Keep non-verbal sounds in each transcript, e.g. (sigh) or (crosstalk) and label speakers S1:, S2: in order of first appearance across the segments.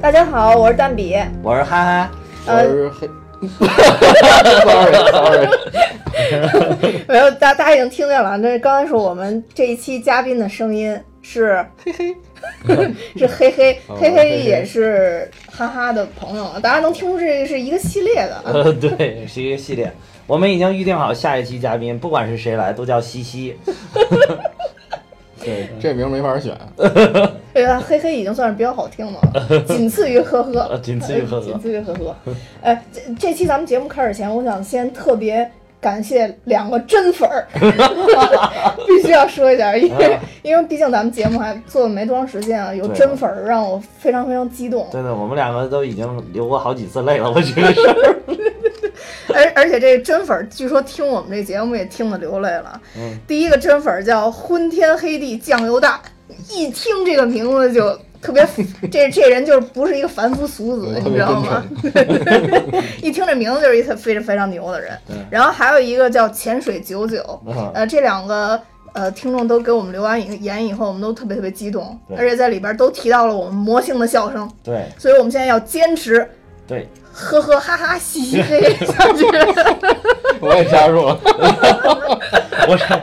S1: 大家好，我是蛋
S2: (laughs)
S1: 比。
S3: 我是憨憨，
S1: 呃
S2: 我是 (laughs) 黑，sorry sorry，
S1: 没有，大大家已经听见了，那刚才是我们这一期嘉宾的声音是嘿嘿， (laughs) 是嘿嘿
S2: 哦
S1: 嘿
S2: 嘿嘿
S1: 也是哈哈的朋友，啊大家能听出这是一个系列的啊。
S3: 呃， (laughs) 对，是一个系列。我们已经预定好下一期嘉宾，不管是谁来，都叫西西。
S2: 对，这名没法选，
S1: (laughs) 对啊，嘿嘿已经算是比较好听的了，啊仅次于呵呵
S3: 呃，仅次于呵呵
S1: 仅次于呵呵。哎，这这期咱们节目开始前，我想先特别感谢两个真粉
S3: (laughs)
S1: 儿， (laughs) 必须要说一下，因为、因为毕竟咱们节目还做了没多长时间啊，有
S3: 啊对
S1: 真粉儿让我非常非常激动。
S3: 真的，我们两个都已经流过好几次泪了，我觉得是。 (laughs)
S1: 而而且这真粉儿据说听我们这节目也听得流泪了。
S3: 嗯
S1: 第一个真粉儿叫昏天黑地酱油蛋，一听这个名字就特别，这这人就是不是一个凡夫俗子，
S2: 嗯
S1: 你知道吗？ (laughs) 一听这名字就是一特非常非常牛的人
S3: 对。嗯
S1: 然后还有一个叫潜水九九，呃，这两个。呃，听众都给我们留完言以后，我们都特别特别激动，
S3: 对
S1: 而且在里边都提到了我们魔性的笑声，
S3: 对
S1: 所以我们现在要坚持
S3: 对，
S1: 呵呵哈哈嘻嘻嘿嘿下去。
S2: (laughs) 我也加 (laughs) 入了。
S3: 我是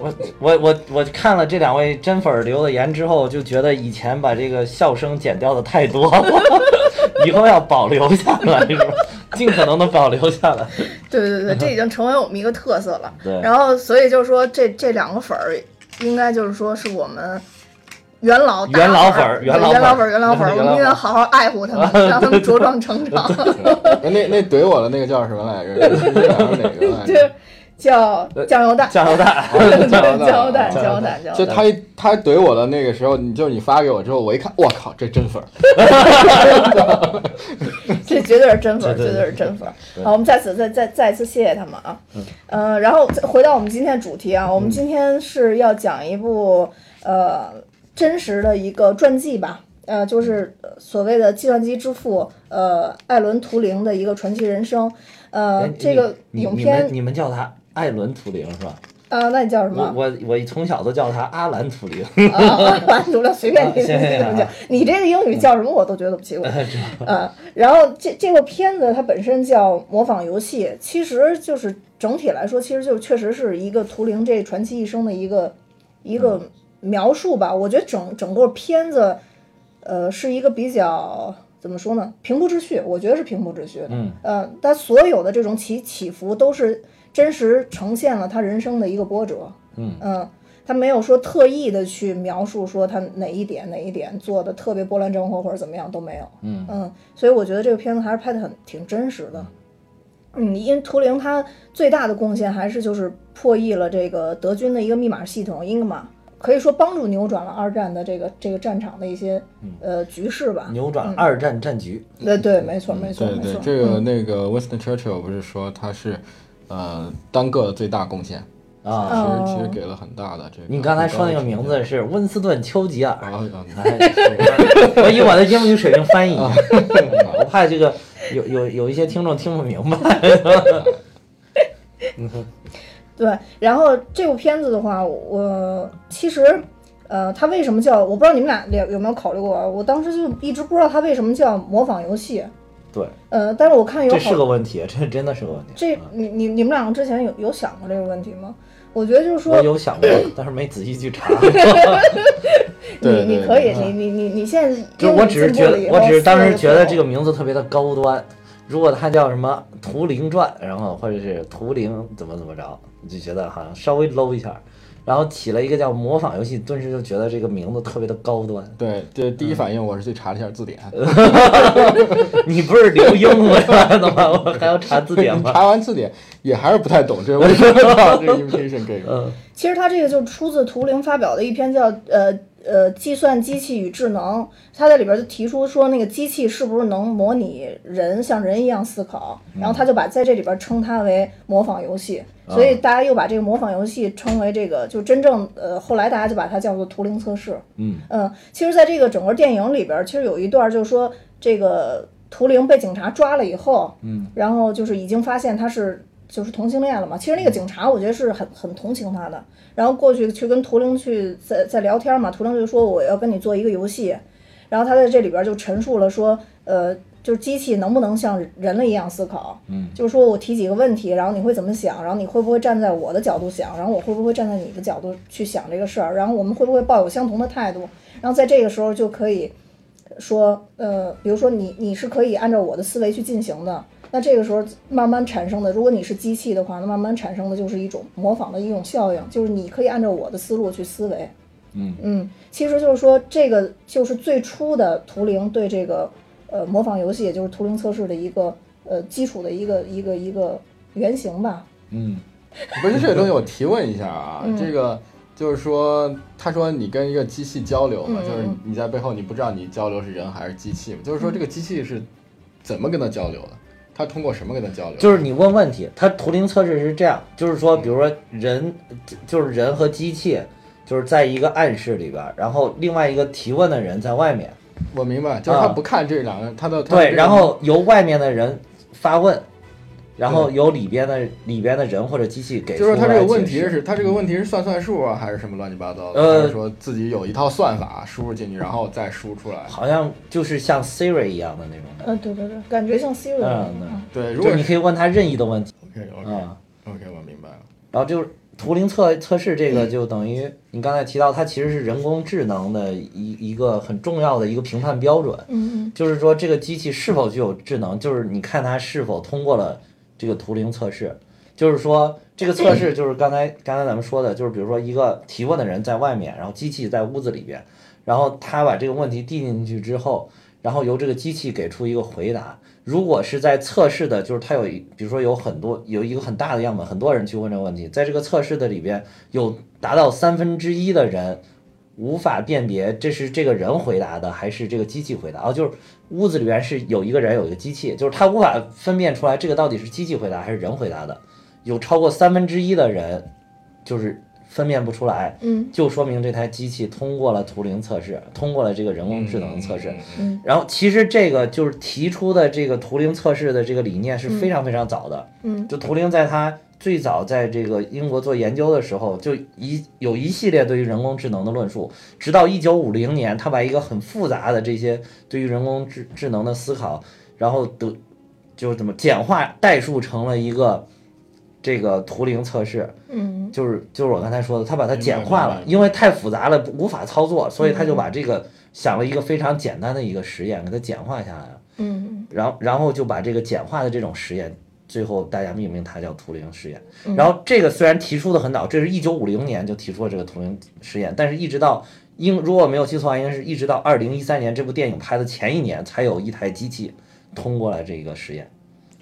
S3: 我 (laughs) 我我我看了这两位真粉儿留的言之后，就觉得以前把这个笑声剪掉的太多了， (laughs) 以后要保留下来，是吧？尽可能的保留下来。
S1: 对对对，这已经成为我们一个特色了。
S3: 对
S1: 然后，所以就是说，这这两个粉儿，应该就是说是我们元老大
S3: 元老粉儿
S1: 儿，
S3: 元老
S1: 对元老
S3: 粉
S1: 儿，
S3: 儿
S1: 元老粉儿，我
S3: 元
S1: 们
S3: 老
S1: 一定
S3: 粉儿
S1: 要好好爱护他们，让他们茁壮成长。
S2: 那那怼我的那个叫什么来着？ (laughs) 是哪个来
S1: 这
S2: 着？
S1: 叫酱油蛋，
S3: 加油蛋，
S1: (laughs) 对酱
S2: 酱
S1: 油
S2: 油蛋
S1: 蛋，酱
S2: 酱
S1: 油
S3: 油
S1: 蛋，酱
S2: 就
S1: 油蛋。
S2: 他一他怼我的那个时候，你就是你发给我之后，我一看，我靠，这真粉儿，
S3: (laughs)
S1: 这绝对是真粉儿，
S3: 对
S1: 绝
S3: 对
S1: 对
S3: 对
S1: 是真粉儿。
S3: 对嗯
S1: 好，我们再次再再再次谢谢他们啊。呃，然后再回到我们今天主题啊，我们今天是要讲一部呃真实的一个传记吧，呃，就是
S3: 嗯
S1: 呃所谓的计算机之父呃艾伦图灵的一个传奇人生。呃
S3: 哎，
S1: 这个
S3: 你
S1: 影
S3: 你你们
S1: 片
S3: 你们叫他艾伦图灵是吧？
S1: 啊，那你叫什
S3: 我
S1: 么？
S3: 我我从小都叫他阿兰
S1: (laughs)
S3: 图灵。
S1: 啊啊，完犊了，随便你
S3: 啊谢谢
S1: 怎么
S3: 啊嗯
S1: 叫，你这个英语叫什么我都觉得不奇怪。啊，然后这这个片子它本身叫《模仿游戏》，其实就是整体来说，其实就确实是一个图灵这传奇一生的一个一个
S3: 嗯
S1: 描述吧。我觉得整整个片子，呃，是一个比较怎么说呢，平铺直叙，我觉得是平铺直叙的。
S3: 嗯，
S1: 呃，他所有的这种起起伏都是真实呈现了他人生的一个波折。呃
S3: 嗯
S1: 他没有说特意的去描述说他哪一点哪一点做的特别波澜壮阔或者怎么样都没有。呃
S3: 嗯
S1: 所以我觉得这个片子还是拍的很挺真实的。嗯，因为图灵他最大的贡献还是就是破译了这个德军的一个密码系统 ENigma，可以说帮助扭转了二战的这个这个战场的一些呃局势吧。
S3: 扭转二战战局。
S1: 对对，没错没错
S2: 对
S1: 没
S2: 对嗯
S1: 错，。
S2: (laughs) 这个那个 Winston Churchill 不是说他是，呃，单个的最大贡献，其
S3: 啊，
S2: 实
S1: 哦
S2: 其实给了很大的这个。
S3: 你刚才说那个名字是温斯顿·丘吉尔。
S2: 啊啊，
S3: 哎，
S1: (laughs)
S3: 我以我的英语水平翻译一下，
S1: 嗯
S3: 我怕这个有有有一些听众听不明白。
S1: 对，然后这部片子的话，我其实，呃，它为什么叫？我不知道你们俩有有没有考虑过啊？我当时就一直不知道它为什么叫模仿游戏。
S3: 对，
S1: 呃，但是我看有
S3: 这
S1: 好
S3: 是个啊问题，这真的是个问题。
S1: 这你你你们两个之前有有想过这个问题吗？我觉得就是说
S3: 我，有想过，但是没仔细去查。
S1: 你
S2: 对
S1: 你
S2: 对
S1: 可以，
S3: 对嗯
S1: 你你你你现在
S3: 就我只是觉得，我只是当时觉得这个
S1: 个
S3: 名字特别的高端。如果它叫什么《图灵传》，然后或者是《图灵怎么怎么着》，就觉得好像稍微 low 一下。然后起了一个叫模仿游戏，顿时就觉得这个名字特别的高端。
S2: (laughs)
S3: (laughs)
S2: 对，这第一反应我是去查了一下字
S3: 嗯
S2: 典，
S3: 你不是留英文的吗？ (laughs) 我还要查字典
S2: 你
S3: 吗？
S2: (laughs) 查完字典也还是不太懂
S3: (laughs)
S2: 这为什么叫这 imitation game。
S3: 嗯，
S1: 其实它这个就出自图灵发表的一篇叫呃呃《计算机器与智能》，他在里边就提出说那个机器是不是能模拟人像人一样思考，然后他就把在这里边称它为模仿游戏，所以大家又把这个模仿游戏称为这个就真正呃后来大家就把它叫做图灵测试。
S3: 嗯
S1: 其实在这个整个电影里边，其实有一段就是说这个图灵被警察抓了以后，嗯，然后就是已经发现他是就是同性恋了嘛。其实那个警察我觉得是很很同情他的，然后过去去跟图灵去在在聊天嘛，图灵就说我要跟你做一个游戏。然后他在这里边就陈述了说，呃，就是机器能不能像人类一样思考？
S2: 嗯，
S1: 就是说我提几个问题，然后你会怎么想？然后你会不会站在我的角度想？然后我会不会站在你的角度去想这个事儿？然后我们会不会抱有相同的态度？然后在这个时候就可以说，呃，比如说你你是可以按照我的思维去进行的。那这个时候慢慢产生的，如果你是机器的话，那慢慢产生的就是一种模仿的一种效应，就是你可以按照我的思路去思维。
S2: 嗯
S1: 嗯，其实就是说，这个就是最初的图灵对这个呃模仿游戏，也就是图灵测试的一个呃基础的一个一个一个原型吧。
S2: 嗯，不是这个东西，我提问一下啊，
S1: 嗯
S2: 这个就是说，他说你跟一个机器交流嘛，
S1: 嗯
S2: 就是你在背后你不知道你交流是人还是机器嘛，就是说这个机器是怎么跟他交流的，他通过什么跟他交流？
S3: 就是你问问题，它图灵测试是这样，就是说，比如说人，就是人和机器，就是在一个暗室里边儿，然后另外一个提问的人在外面，
S2: 我明白，就是他
S3: 啊
S2: 不看这两个，他的他的这
S3: 对，
S2: 个
S3: 然后由外面的人发问，然后由里边的里边的人或者机器给出
S2: 就是他这
S3: 来
S2: 个问
S3: 解
S2: 题
S3: 释
S2: 是，他这个问题是算算术啊，还是什么乱七八糟的？
S3: 呃
S2: 还是说自己有一套算法输入进去，然后再输出来？
S3: 好像就是像 Siri 一样的那种的，
S1: 嗯、对对对，感觉像 Siri
S3: 嗯对
S2: 对，呃
S3: 就
S2: 如
S3: 是
S2: 果
S3: 你可以问他任意的问题
S2: OK
S3: 啊、
S2: OK OK，我明白了。
S3: 然后就是图灵测测试这
S2: 嗯
S3: 个，就等于你刚才提到，它其实是人工智能的一一个很重要的一个评判标准，
S1: 嗯
S3: 就是说这个机器是否具有智能，就是你看它是否通过了这个图灵测试，就是说这个测试就是刚才刚才咱们说的，就是比如说一个提问的人在外面，然后机器在屋子里边，然后他把这个问题递进去之后，然后由这个机器给出一个回答。如果是在测试的，就是它有一，比如说有很多有一个很大的样本，很多人去问这个问题，在这个测试的里边有达到三分之一的人无法辨别这是这个人回答的还是这个机器回答，哦，就是屋子里边是有一个人有一个机器，就是他无法分辨出来这个到底是机器回答还是人回答的，有超过三分之一的人就是分辨不出来，
S1: 嗯
S3: 就说明这台机器通过了图灵测试，通过了这个人工智能测试。
S1: 嗯
S3: 然后其实这个就是提出的这个图灵测试的这个理念是非常非常早的，
S1: 嗯
S3: 就图灵在他最早在这个英国做研究的时候，就一有一系列对于人工智能的论述，直到一九五零年，他把一个很复杂的这些对于人工智智能的思考，然后得就是怎么简化代数成了一个这个图灵测试，
S1: 嗯
S3: 就是就是我刚才说的，他把它
S2: 明白
S3: 简化
S2: 明
S3: 了
S2: 白，嗯
S3: 因为太复杂了无法操作，所以他就把这个想了一个非常简单的一个实验，给它简化下来了，
S1: 嗯
S3: 然后然后就把这个简化的这种实验，最后大家命名它叫图灵实验。然后这个虽然提出的很早，这是一九五零年就提出了这个图灵实验，但是一直到应如果我没有记错，应该是一直到二零一三年这部电影拍的前一年，才有一台机器通过了这个实验。嗯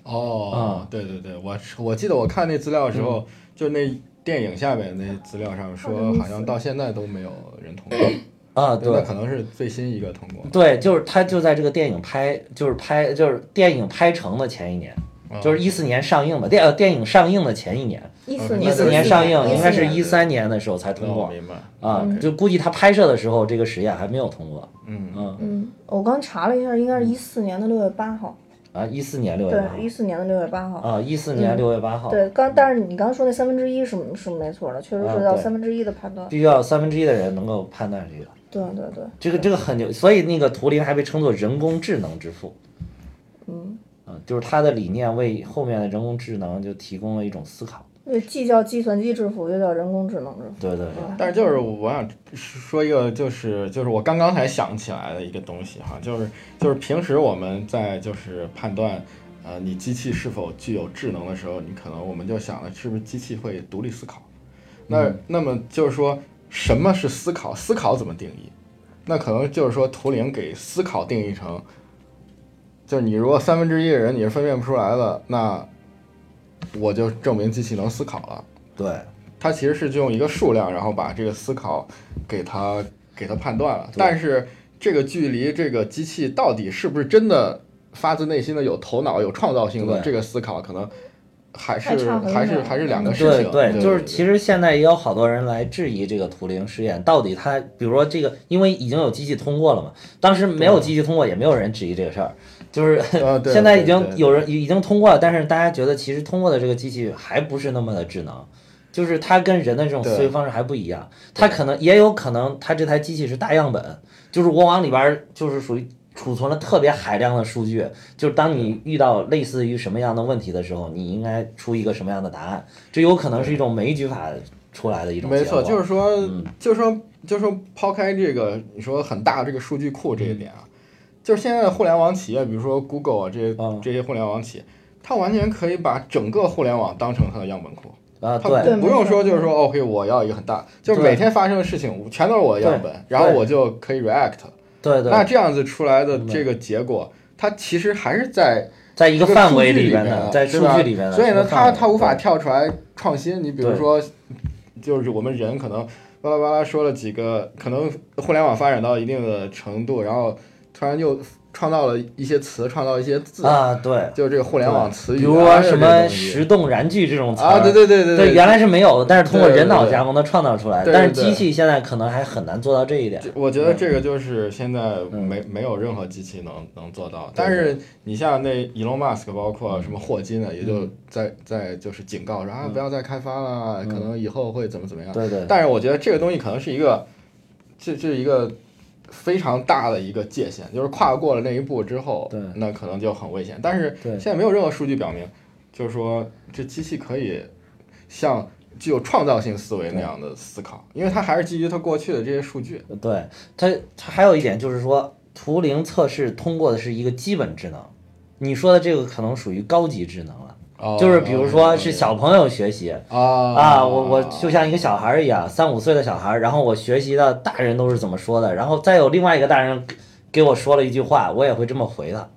S2: 哦，对对对，我是我记得我看那资料的时候，就那电影下面那资料上说，好像到现在都没有人通过，
S3: 啊，对，
S2: 那可能是最新一个通过。
S3: 对，就是他就在这个电影拍，就是拍就是电影拍成的前一年，
S2: 哦
S3: 就是一四年上映吧，电呃电影上映的前一年，
S1: 一四
S3: 一
S1: 年
S2: 14
S3: 四年上映
S2: 14
S3: 应该是
S2: 14
S3: 一三年的时候才通
S2: 那我
S3: 过
S2: 哦明白。
S3: 啊，
S1: 嗯
S3: 就估计他拍摄的时候这个实验还没有通过，
S2: 嗯，
S3: 嗯
S1: 嗯，我刚查了一下，应该是一四年的六月八号，
S3: 啊，一四年六月八
S1: 对，一四年的六月八号。
S3: 号啊，一四年六月八号，
S1: 对，刚但是你刚说那三分之一是是没错的，确实是
S3: 啊
S1: 到
S3: 对
S1: 三分之一的判断。
S3: 必须要三分之一的人能够判断这个，
S1: 对对对，
S3: 这个这个很牛，所以那个图灵还被称作人工智能之父，
S1: 嗯，
S3: 啊，就是他的理念为后面的人工智能就提供了一种思考，
S1: 那既叫计算机制服，又叫人工智能制服。
S3: 对对对。
S2: 但是就是我想说一个，就是就是我刚刚才想起来的一个东西哈，就是就是平时我们在就是判断。呃，你机器是否具有智能的时候，你可能我们就想了，是不是机器会独立思考？那那么就是说，什么是思考？思考怎么定义？那可能就是说，图灵给思考定义成，就是你如果三分之一的人你是分辨不出来的，那我就证明机器能思考了。
S3: 对
S2: 它其实是就用一个数量，然后把这个思考给它给它判断了。但是这个距离这个机器到底是不是真的发自内心的有头脑、有创造性的
S3: 对
S2: 这个思考，可能还
S1: 还
S2: 是
S1: 差很
S2: 还是
S1: 远
S2: 还是两个事
S3: 对
S2: 情。对，
S3: 就是其
S2: 实
S3: 实现在也有好多人来质疑这个图灵实验到底它，比如说这个，因为已经有机器通过了嘛，当时没有机器通过，也没有人质疑这个事儿，就是、
S2: 啊对
S3: (laughs) 现在已
S2: 对对
S3: 经
S2: 对
S3: 有人已经通过了，但是大家觉得其实通过的这个机器还不是那么的智能，就是它跟人的这种思维方式还不一样。它可能也有可能，它这台机器是大样本，就是我往里边儿就是属于储存了特别海量的数据。就是当你遇到类似于什么样的问题的时候，你应该出一个什么样的答案。这有可能是一种枚举法出来的一种结
S2: 没
S3: 果
S2: 错，就是说，
S3: 嗯
S2: 就是说，就是说，抛开这个你说很大这个数据库这一点啊，就是现在的互联网企业，比如说 Google 啊这些、
S3: 嗯
S2: 这些互联网企业，它完全可以把整个互联网当成它的样本库，
S3: 啊，
S2: 它
S3: 对
S1: 对
S2: 不
S1: 没
S2: 用
S1: 错
S2: 说就是说 OK，我要一个很大，就是每
S3: 对
S2: 天发生的事情全都是我的样本，然后我就可以 react，
S3: 对对，
S2: 那这样子出来的
S3: 明白
S2: 这个结果，它其实还是在
S3: 在一个
S2: 这
S3: 范
S2: 数
S3: 围
S2: 据里
S3: 边
S2: 的，
S3: 的，在
S2: 是
S3: 数
S2: 吧
S3: 据里边的，
S2: 所以
S3: 这
S2: 呢
S3: 个，范
S2: 它
S3: 围
S2: 它无法
S3: 对
S2: 跳出来创新。你比如
S3: 对
S2: 说，就是我们人可能巴拉巴拉说了几个，可能互联网发展到一定的程度，然后突然又创造了一些词，创造一些字，
S3: 啊，对，
S2: 就这个互联网词语啊，
S3: 比如说
S2: 这
S3: 什
S2: 种
S3: 么
S2: 东西
S3: 石动燃具这种词
S2: 啊，
S3: 儿
S2: 对对对对
S3: 对，原来是没有的，但是通过人脑加工能创造出来的。
S2: 对对
S3: 但
S2: 对
S3: 是机器现在可能还很难做到这一点。
S2: 这我觉得这个就是现在
S3: 嗯
S2: 没、没有任何机器能能做到，
S3: 对嗯
S2: 但是你像那 Elon Musk，包括什么霍金啊，也就在在就是警告说啊，不要再开发了，可能以后会怎么怎么样。
S3: 嗯对对
S2: 但是我觉得这个东西可能是一个，这这是一个非常大的一个界限，就是跨过了那一步之后
S3: 对，
S2: 那可能就很危险。但是
S3: 对
S2: 现在没有任何数据表明，就是说这机器可以像具有创造性思维那样的思考，因为它还是基于它过去的这些数据。
S3: 对，它它还有一点就是说，图灵测试通过的是一个基本智能，你说的这个可能属于高级智能了，
S2: 哦
S3: 就是比如说是小朋友学习。
S2: 啊
S3: 啊，我我
S2: 哦
S3: 就像一个小孩儿一样，三五岁的小孩儿，然后我学习的大人都是怎么说的，然后再有另外一个大人给给我说了一句话，我也会这么回他。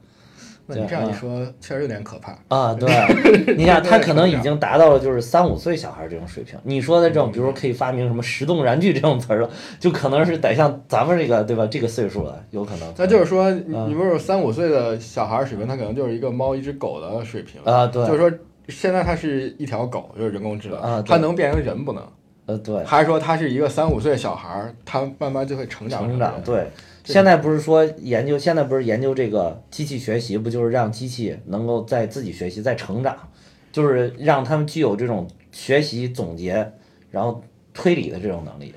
S2: 那你这
S3: 嗯
S2: 样一说，确实有点可怕。
S3: 啊，
S2: (laughs)
S3: 对，你看
S2: 对
S3: 他可能
S2: 是这
S3: 已
S2: 样嗯
S3: 经达到了就是三五岁小孩这种水平。你说的这种，比如说可以发明什么“石动燃具”这种词儿了，就可能是得像咱们这个对吧？这个岁数了，有可能。
S2: 那就是说，你
S3: 嗯
S2: 你不是三五岁的小孩儿水平，他可能就是一个猫一只狗的水平
S3: 啊，对
S2: 就，是说现在它是一条狗，就是人工智能，
S3: 啊对
S2: 它能变成人不能？
S3: 呃，对，
S2: 还是说它是一个三五岁小孩儿，他慢慢就会成长
S3: 成
S2: 成
S3: 长
S2: 人
S3: 对。现在不是说研究，现在不是研究这个机器学习，不就是让机器能够在自己学习，在成长，就是让他们具有这种学习总结，然后推理的这种能力。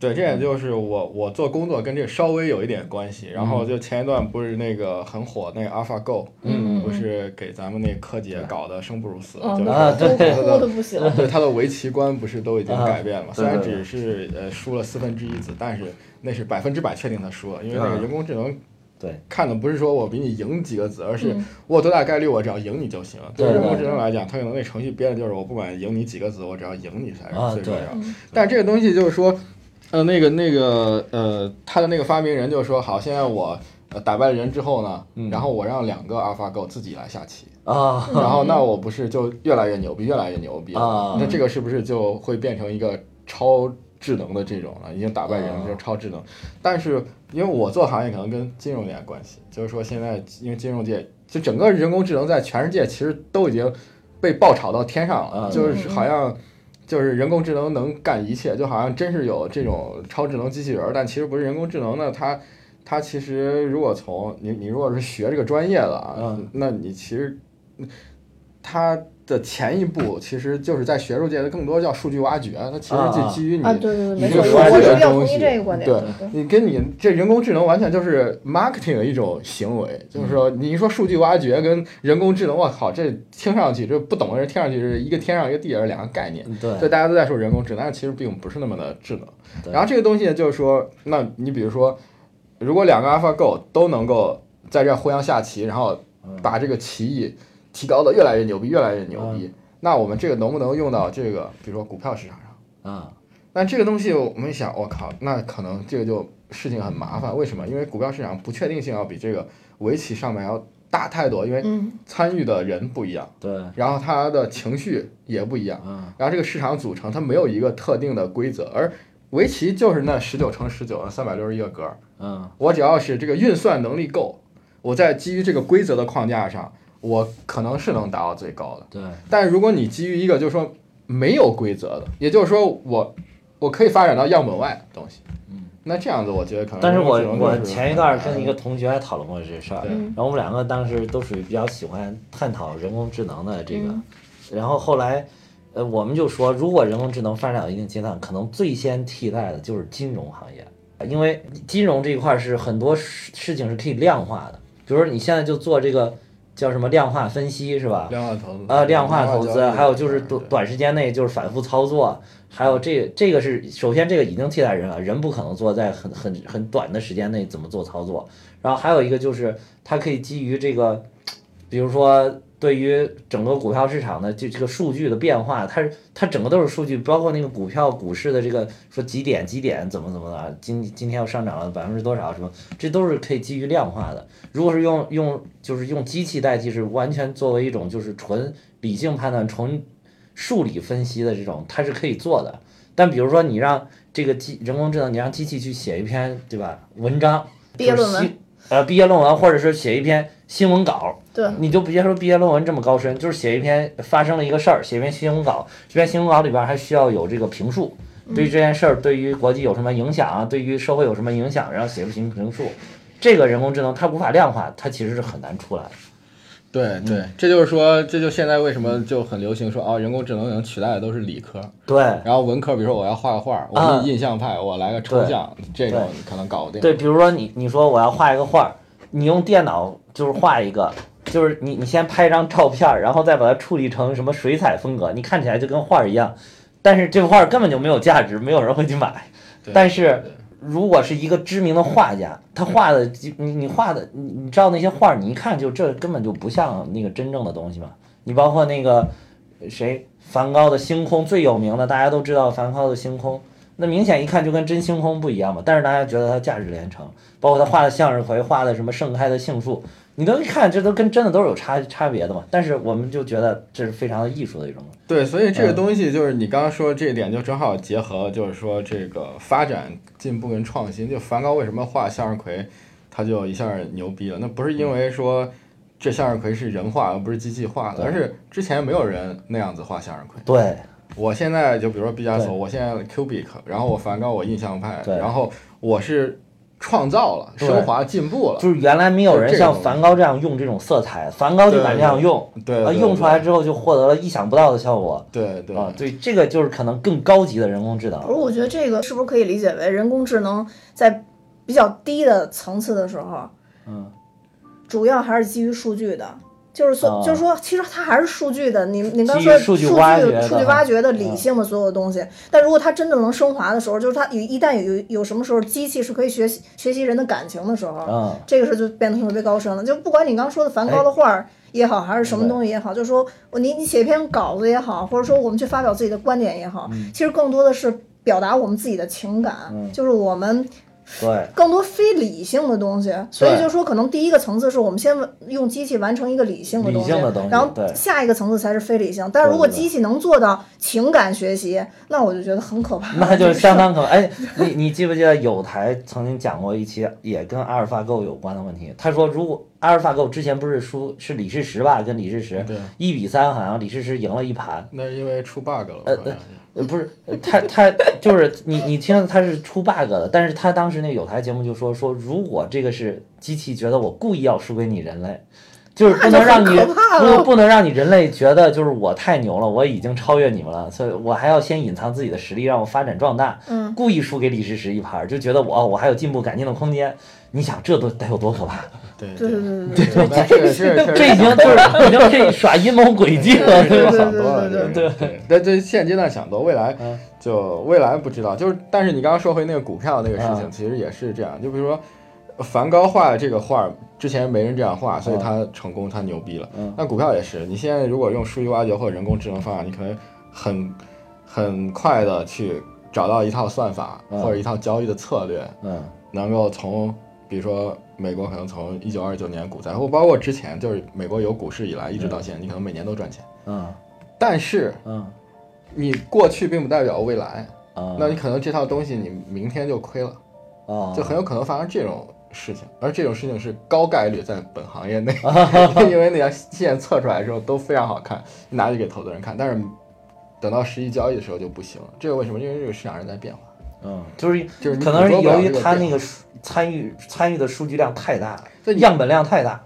S2: 对，这也就是我我做工作跟这稍微有一点关系。然
S3: 嗯
S2: 后就前一段不是那个很火那个 AlphaGo，
S1: 嗯嗯
S2: 不是给咱们那科姐搞得生不如死，
S1: 嗯，
S2: 就是
S3: 啊
S2: 说
S1: 都
S3: 对
S2: 它 (laughs)
S1: 哭的
S2: 的。
S1: 不行。
S2: 对它的围棋观不是都已经
S3: 啊
S2: 改变了，虽
S3: 对
S2: 然
S3: 对
S2: 只是呃输了四分之一子，但是那是百分之百确定他输了，因为那个
S3: 啊
S2: 人工智能
S3: 对
S2: 看的不是说我比你赢几个子，而是
S1: 嗯
S2: 我有多大概率我只要赢你就行。对于
S3: 对
S2: 人工
S3: 对
S2: 智能来讲，它可能那程序编的就是我不管赢你几个子，我只要赢你才
S3: 啊
S2: 是最重
S3: 对
S2: 要。
S1: 嗯
S2: 但这个东西就是说，呃，那个那个呃，他的那个发明人就说，好，现在我呃打败人之后呢，
S3: 嗯
S2: 然后我让两个 AlphaGo 自己来下棋，
S3: 啊
S1: 嗯
S2: 然后那我不是就越来越牛逼，越来越牛逼了？
S3: 啊
S2: 那这个是不是就会变成一个超智能的这种了？已经打败人了，
S3: 啊
S2: 就是超智能。但是因为我做行业可能跟金融有点关系，就是说现在因为金融界，就整个人工智能在全世界其实都已经被爆炒到天上了，
S3: 啊
S2: 就是好像。就是人工智能能干一切，就好像真是有这种超智能机器人儿，但其实不是人工智能呢，它它其实如果从你你如果是学这个专业的啊，
S3: 嗯
S2: 那你其实它的前一步其实就是在学术界的更多叫数据挖掘，它其实
S3: 啊
S2: 就基于你、
S1: 啊，对对对，
S2: 你
S1: 没错，
S2: 这个
S1: 我
S2: 说
S1: 我
S2: 这
S1: 是
S2: 个
S1: 比较
S2: 东
S1: 同意
S2: 西
S1: 这个观点
S2: 对
S1: 的。对
S2: 你跟你这人工智能完全就是 marketing 的一种行为，就是说你一说数据挖掘跟人工智能，我靠，这听上去这不懂的人听上去是一个天上一个地下是两个概念。
S3: 对
S2: 对，大家都在说人工智能，但是其实并不是那么的智能。
S3: 对
S2: 然后这个东西就是说，那你比如说，如果两个 AlphaGo 都能够在这儿互相下棋，然后
S3: 嗯
S2: 把这个棋艺提高的越来越牛逼，越来越牛
S3: 嗯
S2: 逼，那我们这个能不能用到这个，比如说股票市场上？
S3: 啊
S2: 那这个东西我们一想，我靠，那可能这个就事情很麻烦。为什么？因为股票市场不确定性要比这个围棋上面要大太多，因为
S1: 嗯，
S2: 参与的人不一样，
S3: 对
S2: 然后他的情绪也不一样。
S3: 啊
S2: 然后这个市场组成它没有一个特定的规则，而围棋就是那十九乘十九，三百六十一个格儿。
S3: 嗯
S2: 我只要是这个运算能力够，我在基于这个规则的框架上，我可能是能达到最高的。
S3: 对
S2: 但如果你基于一个就是说没有规则的，也就是说我我可以发展到样本外的东西，
S3: 嗯，
S2: 那这样子我觉得可能
S3: 但是
S2: 人工
S3: 我
S2: 智能就是
S3: 我前一段跟一个同学还讨论过这事儿，
S1: 嗯
S2: 对
S3: 然后我们两个当时都属于比较喜欢探讨人工智能的这个，然后后来，呃，我们就说，如果人工智能发展到一定阶段，可能最先替代的就是金融行业，因为金融这一块是很多事事情是可以量化的，比如说你现在就做这个叫什么量化分析是吧？
S2: 量化投资
S3: 呃，量化投
S2: 交
S3: 资，
S2: 易
S3: 还有就是
S2: 对
S3: 短短时间内就是反复操作，还有这这个是首先这个已经替代人了，人不可能做在很很很短的时间内怎么做操作。然后还有一个就是它可以基于这个，比如说对于整个股票市场的这这个数据的变化，它是它整个都是数据，包括那个股票股市的这个说几点几点怎么怎么的，今今天又上涨了百分之多少什么，这都是可以基于量化的。如果是用用就是用机器代替，是完全作为一种就是纯理性判断、纯数理分析的这种，它是可以做的。但比如说你让这个机人工智能，你让机器去写一篇对吧文章，
S1: 毕业论文
S3: 就是新，呃，毕业论文，或者是写一篇新闻稿，
S1: 对，
S3: 你就别说毕业论文这么高深，就是写一篇发生了一个事儿，写一篇新闻稿，这篇新闻稿里边还需要有这个评述，对于这件事儿，对于国际有什么影响啊，对于社会有什么影响，然后写出评评述。这个人工智能它无法量化，它其实是很难出来的。嗯
S2: 对对，这就是说，这就现在为什么就很流行说啊，人工智能能取代的都是理科，
S3: 对
S2: 然后文科，比如说我要画个画，我
S3: 啊
S2: 是印象派，我来个抽象，这种可能搞不定。
S3: 对，比如说你你说我要画一个画儿，你用电脑就是画一个，就是你你先拍一张照片儿，然后再把它处理成什么水彩风格，你看起来就跟画儿一样，但是这个画儿根本就没有价值，没有人会去买。
S2: 对，
S3: 但是如果是一个知名的画家，他画的就你你画的，你你知道那些画儿，你一看就这根本就不像那个真正的东西嘛。你包括那个谁梵高的《星空》最有名的，大家都知道梵高的《星空》，那明显一看就跟真星空不一样嘛。但是大家觉得它价值连城，包括他画的向日葵，画的什么盛开的杏树，你都一看这都跟真的都是有差差别的嘛。但是我们就觉得这是非常的艺术的一种。
S2: 对，所以这个东西就是你刚刚说这一点，就正好结合，就是说这个发展、进步跟创新。就梵高为什么画向日葵，他就一下牛逼了？那不是因为说这向日葵是人画，而不是机器画的，
S3: 对
S2: 而是之前没有人那样子画向日葵。
S3: 对
S2: 我现在就比如说毕加索，
S3: 对
S2: 我现在 Cubic，然后我梵高，我印象派，
S3: 对
S2: 然后我是创造了、
S3: 对
S2: 升华、进步了。
S3: 就是原来没有人像梵高这样用这种色彩，梵高就敢这样用，
S2: 对对
S3: 呃，
S2: 对
S3: 用出来之后就获得了意想不到的效果
S2: 对对哦
S3: 啊！对，这个就是可能更高级的人工智
S1: 而
S3: 能，
S1: 我觉得这个是不是可以理解为人工智能在比较低的层次的时候，
S3: 嗯，
S1: 主要还是基于数据的，就是说，
S3: 啊
S1: 就是说，其实它还是数据的。你你刚
S3: 基于
S1: 说的
S3: 数据
S1: 据
S3: 挖掘的
S1: 数据挖掘的嗯理性的所有东西，但如果它真正能升华的时候，就是它有一旦有有什么时候机器是可以学习学习人的感情的时候，
S3: 嗯
S1: 这个时候就变得特别高深了。就不管你刚说的梵高的画儿也好，还是什么东西也好，就说我你你写一篇稿子也好，或者说我们去发表自己的观点也好，其实更多的是表达我们自己的情感，就是我们
S3: 对
S1: 更多非理性的东西，所以
S3: 对
S1: 就说可能第一个层次是我们先用机器完成一个理性的东西，
S3: 理性的东西
S1: 然后
S3: 对
S1: 下一个层次才是非理性。但是如果
S3: 对对对
S1: 机器能做到情感学习，那我就觉得很可怕。
S3: (laughs) 那就是相当可能。哎，你你记不记得有台曾经讲过一期也跟阿尔法狗有关的问题？他说，如果阿尔法狗之前不是输是李世石吧，跟李世石
S2: 对
S3: 一比三，好像李世石赢了一盘，
S2: 那是因为出 bug 了。
S3: 呃
S2: 好像是
S3: 呃，不是，呃他他就是你你听他是出 bug 的，但是他当时那个有台节目就说说，如果这个是机器觉得我故意要输给你人类，就是不能让你
S1: 那就很可怕了
S3: 不不能让你人类觉得就是我太牛了，我已经超越你们了，所以我还要先隐藏自己的实力，让我发展壮大，
S1: 嗯
S3: 故意输给李世石一盘儿，就觉得我哦我还有进步改进的空间。你想这都得有多可怕？
S2: 对
S1: 对对
S2: 对
S1: 对对对。
S2: 那这个这个
S3: 呃 (laughs) 这已经就是已经可以耍阴谋诡计了，
S2: 这
S3: 对
S2: 个
S3: 吧？
S2: 想多了，这个
S3: 对
S2: 对。但这现阶段想多，未来
S3: 嗯
S2: 就未来不知道。就是，但是你刚刚说回那个股票那个事情，
S3: 嗯
S2: 其实也是这样。就比如说，梵高画的这个画儿，之前没人这样画，所以他成功，他牛逼了
S3: 嗯。
S2: 那股票也是，你现在如果用数据挖掘或者人工智能方法，你可能很很快的去找到一套算法
S3: 嗯
S2: 或者一套交易的策略，
S3: 嗯，
S2: 能够从，比如说美国可能从一九二九年股灾，或包括之前就是美国有股市以来一直到现在，你可能每年都赚钱。
S3: 嗯
S2: 但是
S3: 嗯
S2: 你过去并不代表未来，
S3: 啊，
S2: 那你可能这套东西你明天就亏了，
S3: 啊
S2: 就很有可能发生这种事情，而这种事情是高概率在本
S3: (laughs)
S2: 行业内，因为那条线测出来的时候都非常好看，你拿去给投资人看，但是等到实际交易的时候就不行了。这个为什么？因为这个市场是在变化。
S3: 嗯，就是
S2: 就是你
S3: 可能是
S2: 捕捉不
S3: 由
S2: 了
S3: 于
S2: 这个
S3: 他
S2: 变
S3: 那个数参与参与的数据量太大
S2: 所以，你
S3: 样本量太大，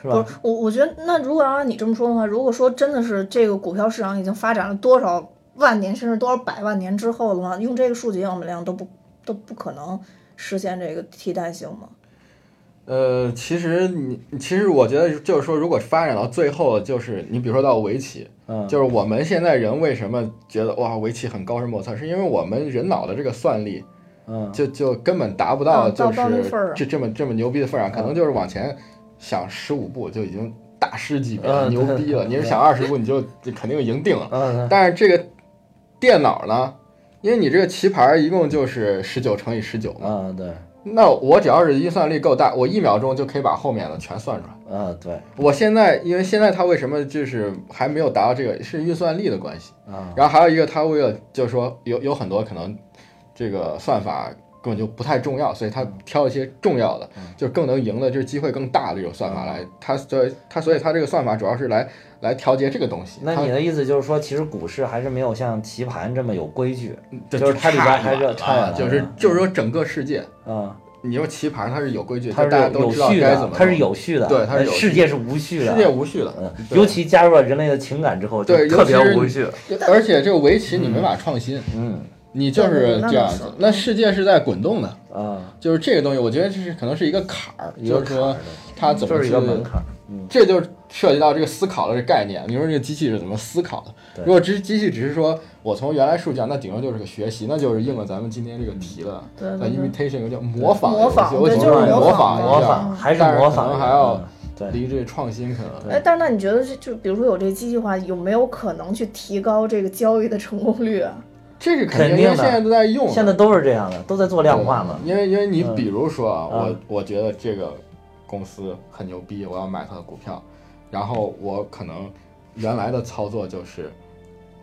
S3: 是
S1: 不
S3: 吧？
S1: 是我，我觉得那如果要按你这么说的话，如果说真的是这个股票市场已经发展了多少万年，甚至多少百万年之后的话，用这个数据样本量都不都不可能实现这个替代性嘛？
S2: 呃，其实你其实我觉得就是说，如果发展到最后，就是你比如说到围棋，
S3: 嗯，
S2: 就是我们现在人为什么觉得哇围棋很高深莫测，是因为我们人脑的这个算力
S3: 嗯，
S2: 就就根本达不到
S1: 嗯到
S2: 就
S1: 到那
S2: 是
S1: 份儿啊
S2: 这这么这么牛逼的份儿
S3: 嗯
S2: 上，可能就是往前想十五步就已经大师级别了
S3: 嗯
S2: 牛
S3: 对 (laughs)
S2: 逼了，你是
S3: 对
S2: 想二十步你就就肯定赢定了。
S3: 嗯，嗯
S2: 但是这个电脑呢，因为你这个棋盘儿一共就是十九乘以十九嘛，
S3: 嗯，对，
S2: 那我只要是运算力够大，我一秒钟就可以把后面的全算出来。
S3: 嗯，对，
S2: 我现在因为现在它为什么就是还没有达到这个，是运算力的关系。
S3: 嗯，
S2: 然后还有一个，它为了就是说有有很多可能这个算法根本就不太重要，所以它挑一些重要的
S3: 嗯，
S2: 就更能赢的，就是机会更大的这种算法来。它所以它所以它这个算法主要是来来调节这个东西。
S3: 那
S2: 它
S3: 你的意思就是说，其实股市还是没有像棋盘这么有规矩，
S2: 这
S3: 就是它里边
S2: 差
S3: 还是
S2: 远
S3: 差远
S2: 了，啊
S3: 了
S2: 就是就是说整个世界，
S3: 嗯，
S2: 你说棋盘它是有规矩，
S3: 它
S2: 大
S3: 是
S2: 家
S3: 有
S2: 都
S3: 有
S2: 知道
S3: 序
S2: 该怎
S3: 的
S2: 么，弄，
S3: 它是有序的，呃
S2: 对它是有序
S3: 世界是无序的，
S2: 世界无序的，
S3: 嗯，
S2: 对
S3: 尤其加入了人类的情感之后，就
S2: 对
S3: 特别
S2: 尤其是
S3: 无序，
S2: 而且这个围棋你没法创新，
S3: 嗯，
S2: 你就是这样子
S1: 对对对那倒是。
S2: 那世界是在滚动的，
S3: 啊，
S2: 就是这个东西，我觉得这是可能是一个坎儿，
S3: 一个
S2: 就是
S3: 坎
S2: 说
S3: 儿的，
S2: 它怎
S3: 就
S2: 么
S3: 是
S2: 去
S3: 一个门槛儿，
S2: 这就涉及到这个思考的这个概念。你说这个机器是怎么思考的？
S3: 对
S2: 如果只机器只是说我从原来数啊讲，那顶多就是个学习，那就是应了咱们今天这个题了。
S1: 对
S2: 那
S1: 对对
S2: imitation 叫模仿
S1: 嗯模仿
S2: 我觉得
S1: 对就是
S2: 模
S1: 模
S2: 仿
S1: 仿
S2: 一
S3: 模
S2: 下
S3: 仿还是
S2: 但是
S3: 模
S2: 可
S3: 仿，
S2: 能还要
S3: 嗯对，
S2: 离这创新可能。
S1: 哎，但是那你觉得这就比如说有这机器化，有没有可能去提高这个交易的成功率啊？
S2: 这是肯定，
S3: 肯
S2: 因
S3: 定
S2: 为
S3: 的
S2: 现在都在用了，
S3: 现在都是这样的，都在做量化嘛，
S2: 因为因为你
S3: 嗯
S2: 比如说啊，我
S3: 嗯
S2: 我觉得这个公司很牛逼，我要买它的股票，然后我可能原来的操作就是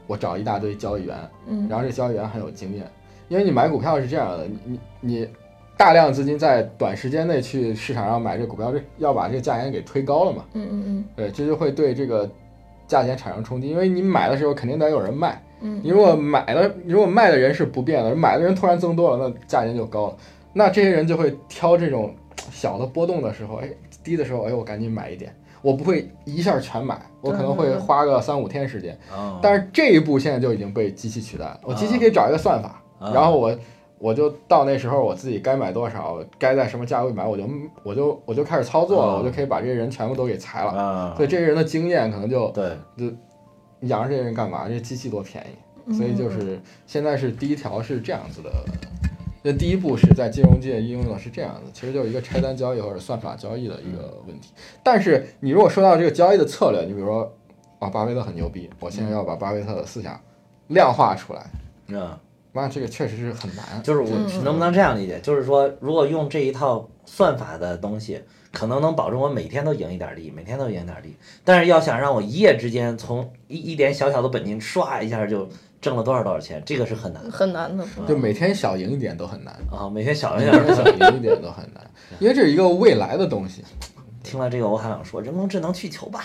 S2: 我找一大堆交易员，
S1: 嗯
S2: 然后这交易员很有经验，因为你买股票是这样的，你你你大量资金在短时间内去市场上买这股票，这要把这个价钱给推高了嘛，
S1: 嗯嗯
S2: 对，这就会对这个价钱产生冲击，因为你买的时候肯定得有人卖。
S1: 嗯嗯，
S2: 你如果买了，你如果卖的人是不变的，买的人突然增多了，那价钱就高了。那这些人就会挑这种小的波动的时候，哎，低的时候，哎，我赶紧买一点。我不会一下全买，我可能
S1: 对
S2: 会
S1: 对对
S2: 花个三五天时间。
S3: 哦
S2: 但是这一步现在就已经被机器取代了。我机器
S3: 啊
S2: 可以找一个算法，
S3: 啊
S2: 然后我我就到那时候我自己该买多少，该在什么价位买，我就我就我就开始操作了，
S3: 啊
S2: 我就可以把这些人全部都给裁了。
S3: 啊，
S2: 所以这些人的经验可能就
S3: 对，
S2: 养着这些人干嘛？这机器多便宜。
S1: 嗯
S2: 所以就是现在是第一条是这样子的，那第一步是在金融界应用的是这样子，其实就是一个拆单交易或者算法交易的一个问题。但是你如果说到这个交易的策略，你比如说啊，巴菲特很牛逼，我现在要把巴菲特的思想量化出来，
S3: 嗯。
S2: 那这个确实是很难。
S3: 就是我
S1: 嗯
S3: 能不能这样理解？就是说，如果用这一套算法的东西，可能能保证我每天都赢一点利，每天都赢一点利。但是要想让我一夜之间从一一点小小的本金唰一下就挣了多少多少钱，这个是很难的
S1: 很难
S2: (laughs)
S1: 的。
S2: 就每天小赢一点都很难，
S3: 啊。每天小一
S2: 每
S3: 点儿。
S1: 嗯
S2: 天小赢一点都很难，因为这是一个未来的东西。
S3: (laughs) 听了这个，我还想说，人工智能去求吧，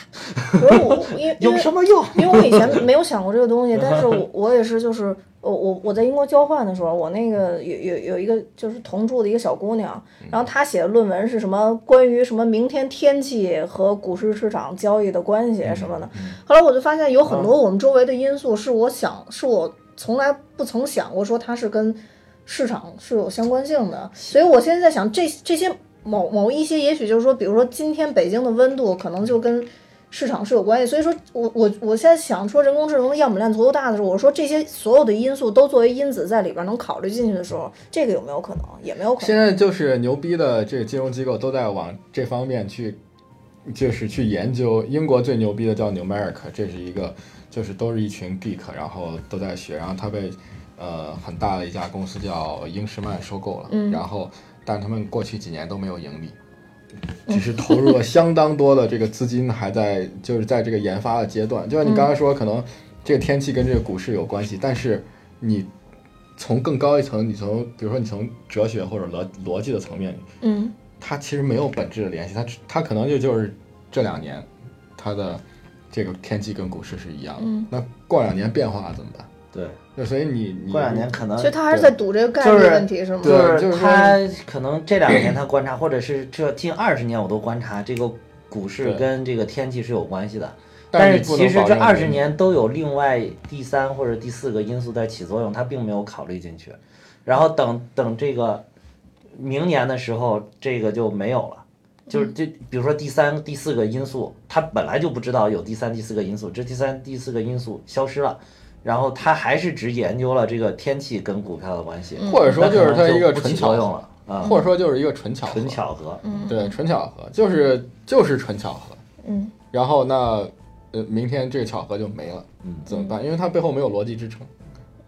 S1: 可是我因为因
S3: 有
S1: 为
S3: 什么用？
S1: 因为我以前没有想过这个东西，但是我我也是就是我我我在英国交换的时候，我那个有有有一个就是同住的一个小姑娘，然后她写的论文是什么关于什么明天天气和股市市场交易的关系什么的。嗯后来我就发现有很多我们周围的因素是我想是我从来不曾想过说它是跟市场是有相关性的，所以我现在在想这这些某某一些，也许就是说，比如说今天北京的温度可能就跟市场是有关系，所以说我我我现在想说人工智能的样本量足够大的时候，我说这些所有的因素都作为因子在里边能考虑进去的时候，这个有没有可能？也没有可
S2: 现
S1: 能。
S2: 在就是牛逼的这个金融机构都在往这方面去，就是去研究。英国最牛逼的叫 Numeric，这是一个就是都是一群 geek，然后都在学，然后它被呃很大的一家公司叫英诗曼收购了，
S1: 嗯
S2: 然后但他们过去几年都没有盈利。只是投入了相当多的这个资金，还在就是在这个研发的阶段。就像你刚才说，可能这个天气跟这个股市有关系，但是你从更高一层，你从比如说你从哲学或者逻逻辑的层面，
S1: 嗯
S2: 它其实没有本质的联系，它只它可能就就是这两年它的这个天气跟股市是一样的。
S1: 嗯
S2: 那过两年变化了怎么办？
S3: 对，
S2: 就所以你你
S3: 过两年可能
S1: 所以他还是在赌这个概率问题是吗？
S2: 对就是是
S3: 他可能这两年他观察，或者是这近二十年我都观察这个股市
S2: 对
S3: 跟这个天气是有关系的。
S2: 但
S3: 但
S2: 是
S3: 是
S2: 你不
S3: 其
S2: 能
S3: 实
S2: 保
S3: 这
S2: 证
S3: 二十年都有另外第三或者第四个因素在起作用，它并没有考虑进去。然后等等这个明年的时候，这个就没有了。就是这，比如说第三、第四个因素，他本来就不知道有第三、第四个因素，这第三、第四个因素消失了，然后他还是只研究了这个天气跟股票的关系，
S2: 或者说
S3: 那可
S2: 就
S3: 能
S2: 是它一个
S3: 不
S2: 纯
S3: 起作
S2: 巧合
S3: 用了啊，
S2: 或者说就是一个纯巧合，嗯
S3: 纯巧合。
S2: 对，纯巧合，就是就是纯巧合。
S1: 嗯，
S2: 然后那呃，明天这个巧合就没了，
S3: 嗯
S2: 怎么办？因为它背后没有逻辑支撑。 (laughs)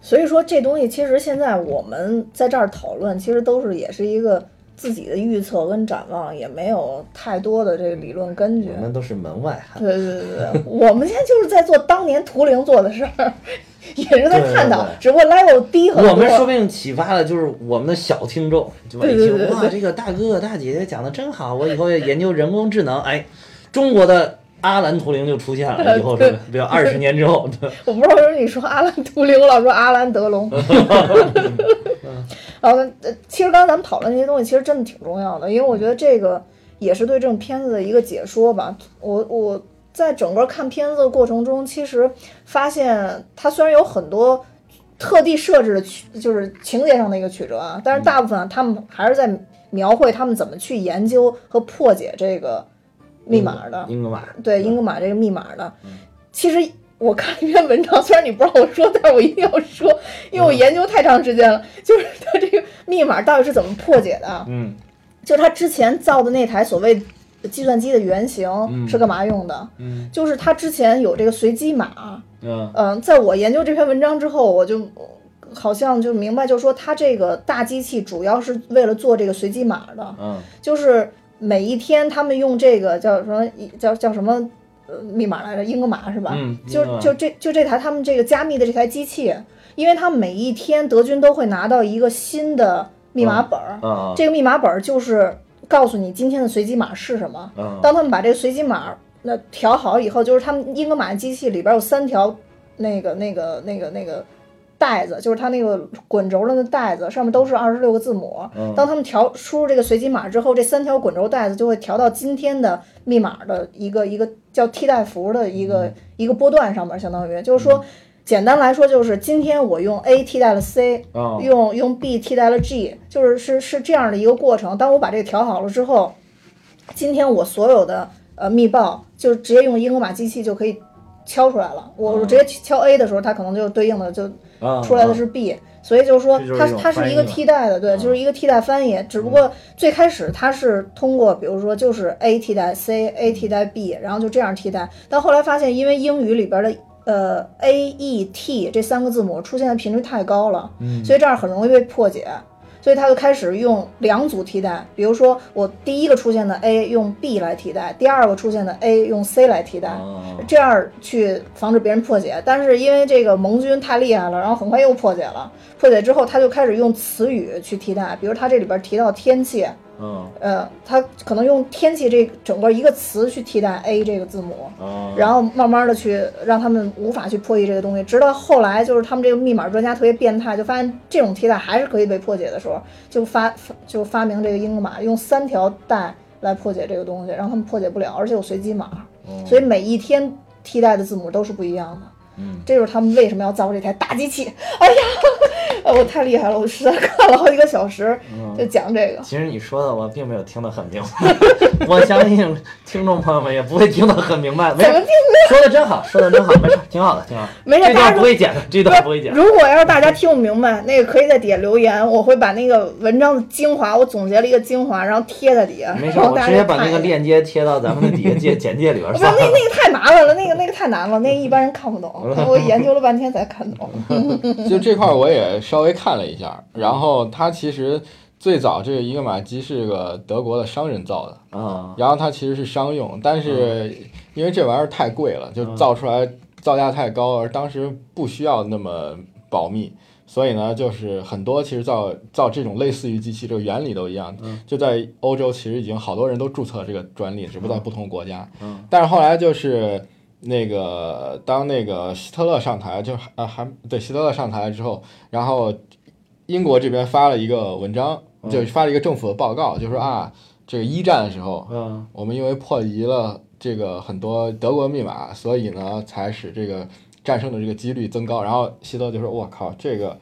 S1: 所以说这东西其实现在我们在这儿讨论，其实都是也是一个自己的预测跟展望，也没有太多的这个理论根据
S3: 我。们都是门外汉，
S1: 对对对对，我们现在就是在做当年图灵做的事儿， (laughs) 也是在探讨，
S3: 对对对
S1: 只不过 level 低很多。
S3: 我们说不定启发的就是我们的小听众，对吧？
S1: 对
S3: 一
S1: 对
S3: 听
S1: 对
S3: 哇，这个大哥哥大姐姐讲的真好，我以后要研究人工智能。哎，中国的阿兰图灵就出
S1: (laughs)
S3: 现了，以后这个比如二十年之后，对
S1: 我不知道为什么你说阿兰图灵，我老说阿兰德龙。然后呢，呃其实刚才咱们讨论这些东西，其实真的挺重要的，因为我觉得这个也是对这种片子的一个解说吧。我我在整个看片子的过程中，其实发现它虽然有很多特地设置的曲，就是情节上的一个曲折啊，但是大部分啊他们还是在描绘他们怎么去研究和破解这个 (laughs) 密码的。
S3: 英格玛
S1: 对英格玛这个密码的。其实我看一篇文章，虽 (laughs) 然你不让我说，但是我一定要说，因为我研究太长时间了，就是它这个密码到底是怎么破解的啊。
S3: 嗯
S1: 就他之前造的那台所谓计算机的原型
S3: 嗯
S1: 是干嘛用的？
S3: 嗯
S1: 就是他之前有这个随机码，
S3: 嗯
S1: 嗯，在我研究这篇文章之后，我就好像就明白，就是说它这个大机器主要是为了做这个随机码的。
S3: 嗯
S1: 就是每一天他们用这个叫什么叫叫什么呃密码来着？英格玛是吧？
S3: 嗯
S1: 就
S3: 英格玛
S1: 就这就这台他们这个加密的这台机器，因为他们每一天德军都会拿到一个新的密码本儿，
S3: 啊
S1: 这个密码本儿就是告诉你今天的随机码是什么。
S3: 嗯
S1: 当他们把这个随机码那调好以后，就是他们英格玛机器里边有三条那个那个那个那个带子，就是它那个滚轴的那带子，上面都是二十六个字母。
S3: 嗯
S1: 当他们调输入这个随机码之后，这三条滚轴带子就会调到今天的密码的一个一个叫替代符的一个、一个波段上面，相当于就是说，简单来说就是今天我用 A 替代了 C，、
S3: 哦
S1: 用用 B 替代了 G，就是是是这样的一个过程。当我把这个调好了之后，今天我所有的呃密报就直接用英格玛机器就可以敲出来了。我我直接敲 A 的时候，它可能就对应的就
S3: 啊
S1: 出来的是 B，、所以就是说
S3: 这就是
S1: 它
S3: 一种
S1: 它是
S3: 翻
S1: 一
S3: 译
S1: 个
S3: 嘛啊嗯
S1: 替代的，对，就是一个替代翻译。只不过最开始它是通过，比如说就是 A 替代
S3: 嗯
S1: C，A 替代 B，然后就这样替代。但后来发现，因为英语里边的呃 A E T 这三个字母出现的频率太高了，
S3: 嗯
S1: 所以这样很容易被破解。所以他就开始用两组替代，比如说我第一个出现的 A 用 B 来替代，第二个出现的 A 用 C 来替代。
S3: 啊
S1: 这样去防止别人破解。但是因为这个盟军太厉害了，然后很快又破解了。破解之后，他就开始用词语去替代，比如他这里边提到天气，
S3: 嗯
S1: 呃，他可能用天气这整个一个词去替代 A 这个字母。
S3: 啊
S1: 然后慢慢的去让他们无法去破译这个东西，直到后来就是他们这个密码专家特别变态，就发现这种替代还是可以被破解的时候，就发发就发明这个英格玛，用三条带来破解这个东西，让他们破解不了，而且有随机码，所以每一天替代的字母都是不一样的。
S3: 嗯，
S1: 这就是他们为什么要造这台大机器。哎呀， (laughs) 呃我太厉害了，我实在看了好几个小时，
S3: 嗯
S1: 就讲这个。
S3: 其实你说的我并没有听得很明白， (laughs) 我相信听众朋友们也不会听得很明白。没事
S1: 怎么听，
S3: 说的真好，说的真好，没事，挺好的，
S1: (laughs)
S3: 挺好的。
S1: 没事
S3: 这
S1: 大家
S3: 段
S1: 如
S3: 不会剪的，这段不
S1: (laughs)
S3: 会剪。
S1: 如果要是大家听不明白，那个可以在底下留言，我会把那个文章的精华，我总结了一个精华，然后贴在底下，
S3: 没
S1: 然
S3: 事，
S1: 后
S3: 我
S1: 大
S3: 直
S1: 家
S3: 接
S1: 就
S3: 把
S1: 看
S3: 那
S1: 一眼。
S3: 个
S1: 哦
S3: 链接贴到咱们的底下介简介里边
S1: 不
S3: 儿
S1: 是 (laughs) 那
S3: 算
S1: 那
S3: 了。嗯
S1: 个太麻烦了，那个那个太难了，那一般人看不懂，我研究了半天才看懂。
S2: 就这块儿我也稍微看了一下，然后它其实最早这个伊格玛机是个德国的商人造的，
S3: 啊，
S2: 然后它其实是商用，但是因为这玩意儿太贵了，就造出来造价太高，而当时不需要那么保密，所以呢，就是很多其实造造这种类似于机器这个原理都一样，就在欧洲其实已经好多人都注册这个专利，只不过在不同国家。
S3: 嗯
S2: 但是后来就是那个当那个希特勒上台，就是啊还对希特勒上台之后，然后英国这边发了一个文章，就发了一个政府的报告，就说啊。这个一战的时候，
S3: 嗯，
S2: 我们因为破译了这个很多德国密码，所以呢才使这个战胜的这个几率增高。然后西多就说：“我靠，
S3: (laughs)
S2: 这个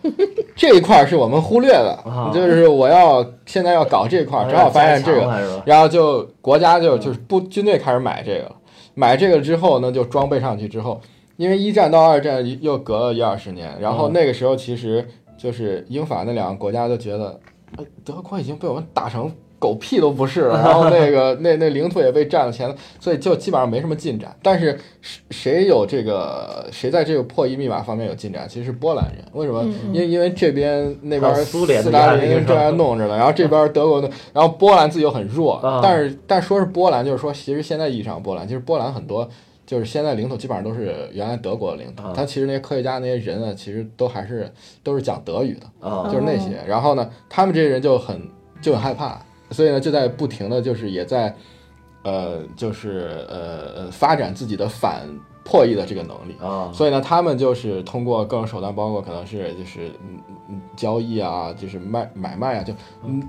S2: 这一块儿是我们忽略的
S3: 啊，
S2: 就是我要现在要搞这块儿，正好发现这
S3: 加强
S2: 个，
S3: 了是吧？
S2: 然后就国家就就是不军队开始买这个了，买这个之后呢，就装备上去之后，因为一战到二战又隔了一二十年，然后
S3: 嗯
S2: 那个时候其实就是英法那两个国家就觉得，哎，德国已经被我们打成狗屁都不是了， (laughs) 然后那个那那领土也被占了前，所以就基本上没什么进展。但是谁谁有这个谁在这个破译密码方面有进展，其实是波兰人。为什么？
S1: 嗯嗯
S2: 因为因为这边那边
S3: 还有苏联的
S2: 斯大
S3: 压力
S2: 林
S3: 是吧
S2: 正在弄着呢，然后这边德国呢，然后波兰自己又很弱
S3: 啊，
S2: 但是但说是波兰，就是说其实现在意义上波兰，就是波兰很多。就是现在领土基本上都是原来德国的领土
S3: 啊，
S2: 他其实那些科学家那些人呢，其实都还是都是讲德语的，
S3: 啊
S2: 就是那些。然后呢，他们这些人就很就很害怕，所以呢，就在不停的就是也在，呃，就是呃呃发展自己的反破译的这个能力。
S3: 啊，
S2: 所以呢，他们就是通过各种手段，包括可能是就是嗯嗯交易啊，就是卖买卖啊，就嗯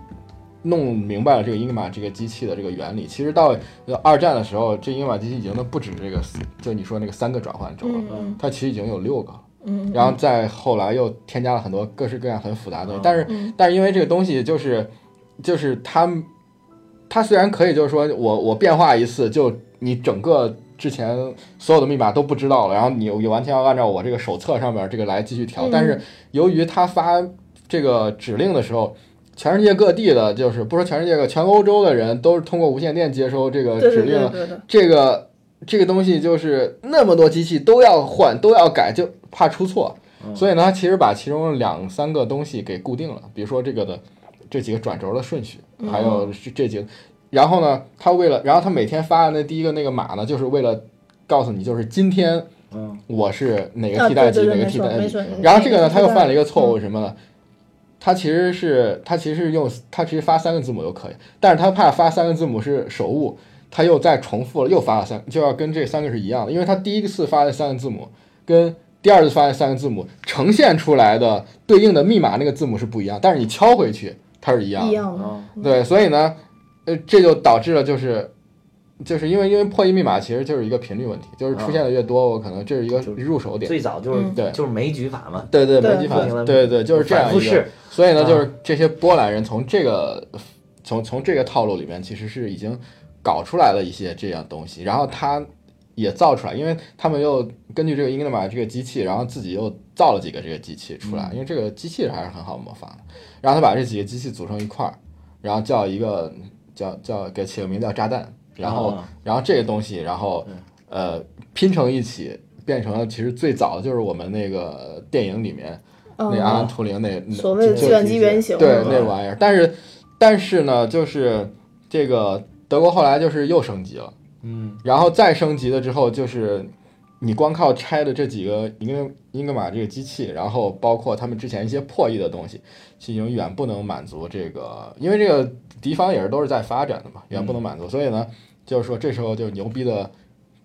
S2: 弄明白了这个英玛这个机器的这个原理。其实到呃二战的时候，这英玛机器已经能不止这个，就你说那个三个转换轴了，
S1: 嗯
S2: 它其实已经有六个了。
S1: 嗯，
S2: 然后再后来又添加了很多各式各样很复杂的东西
S3: 嗯，
S2: 但是
S1: 嗯
S2: 但是因为这个东西就是就是它它虽然可以就是说我我变化一次，就你整个之前所有的密码都不知道了，然后你你完全要按照我这个手册上面这个来继续调，
S1: 嗯
S2: 但是由于它发这个指令的时候。全世界各地的，就是不说全世界各，全欧洲的人都是通过无线电接收这个
S1: 对对
S2: 指
S1: 对
S2: 令的
S1: 对对，
S2: 这个这个东西就是那么多机器都要换都要改，就怕出错，
S3: 嗯
S2: 所以呢，它其实把其中两三个东西给固定了，比如说这个的这几个转轴的顺序，
S1: 嗯
S2: 还有这这几个，然后呢，它为了，然后它每天发的那第一个那个码呢，就是为了告诉你，就是今天
S3: 嗯
S2: 我是哪
S1: 啊
S2: 个替代级，
S1: 对对
S2: 哪
S1: 对
S2: 个替代
S1: 没
S2: 级，
S1: 错没错
S2: 然嗯后这个呢，他又犯了一个错
S1: 嗯
S2: 误，什么呢？他其实是他其实是用他其实发三个字母就可以，但是他怕发三个字母是手误，他又再重复了，又发了三，就要跟这三个是一样的，因为他第一次发的三个字母跟第二次发的三个字母呈现出来的对应的密码那个字母是不一样，但是你敲回去它是一样
S1: 一
S2: 的。
S1: 样的，
S3: 啊
S2: 对，所以呢，呃，这就导致了就是，就是因为因为破译密码其实就是一个频率问题，就是出现的越多，我可能这是一个
S3: 啊就是
S2: 入手点。
S3: 最早就是
S1: 嗯
S2: 对
S3: 就是枚举法嘛，
S2: 对对，
S1: 对
S2: 没记反
S3: 对，
S2: 对对，就是这样
S3: 反
S2: 一
S3: 复
S2: 个
S3: 试。
S2: 所以
S3: 啊
S2: 呢，就是这些波兰人从这个从从这个套路里面，其实是已经搞出来了一些这样东西，然后他也造出来，因为他们又根据这个英格玛这个机器，然后自己又造了几个这个机器出来，因为这个机器还是很好模仿的。然后他把这几个机器组成一块儿，然后叫一个叫叫给起个名叫炸弹，然后
S3: 啊
S2: 然后这个东西，然后呃拼成一起，变成了其实最早的就是我们那个电影里面那
S1: 嗯，
S2: 阿兰图灵那那
S1: 所谓的
S2: 就
S1: 计算机原型
S2: 对
S1: 是吧
S2: 那玩意儿。但是但是呢，就是这个德国后来就是又升级了，
S3: 嗯
S2: 然后再升级了之后，就是你光靠拆的这几个英格英格玛这个机器，然后包括他们之前一些破译的东西，已经远不能满足这个，因为这个敌方也是都是在发展的嘛，远不能满足。所以呢，就是说这时候就牛逼的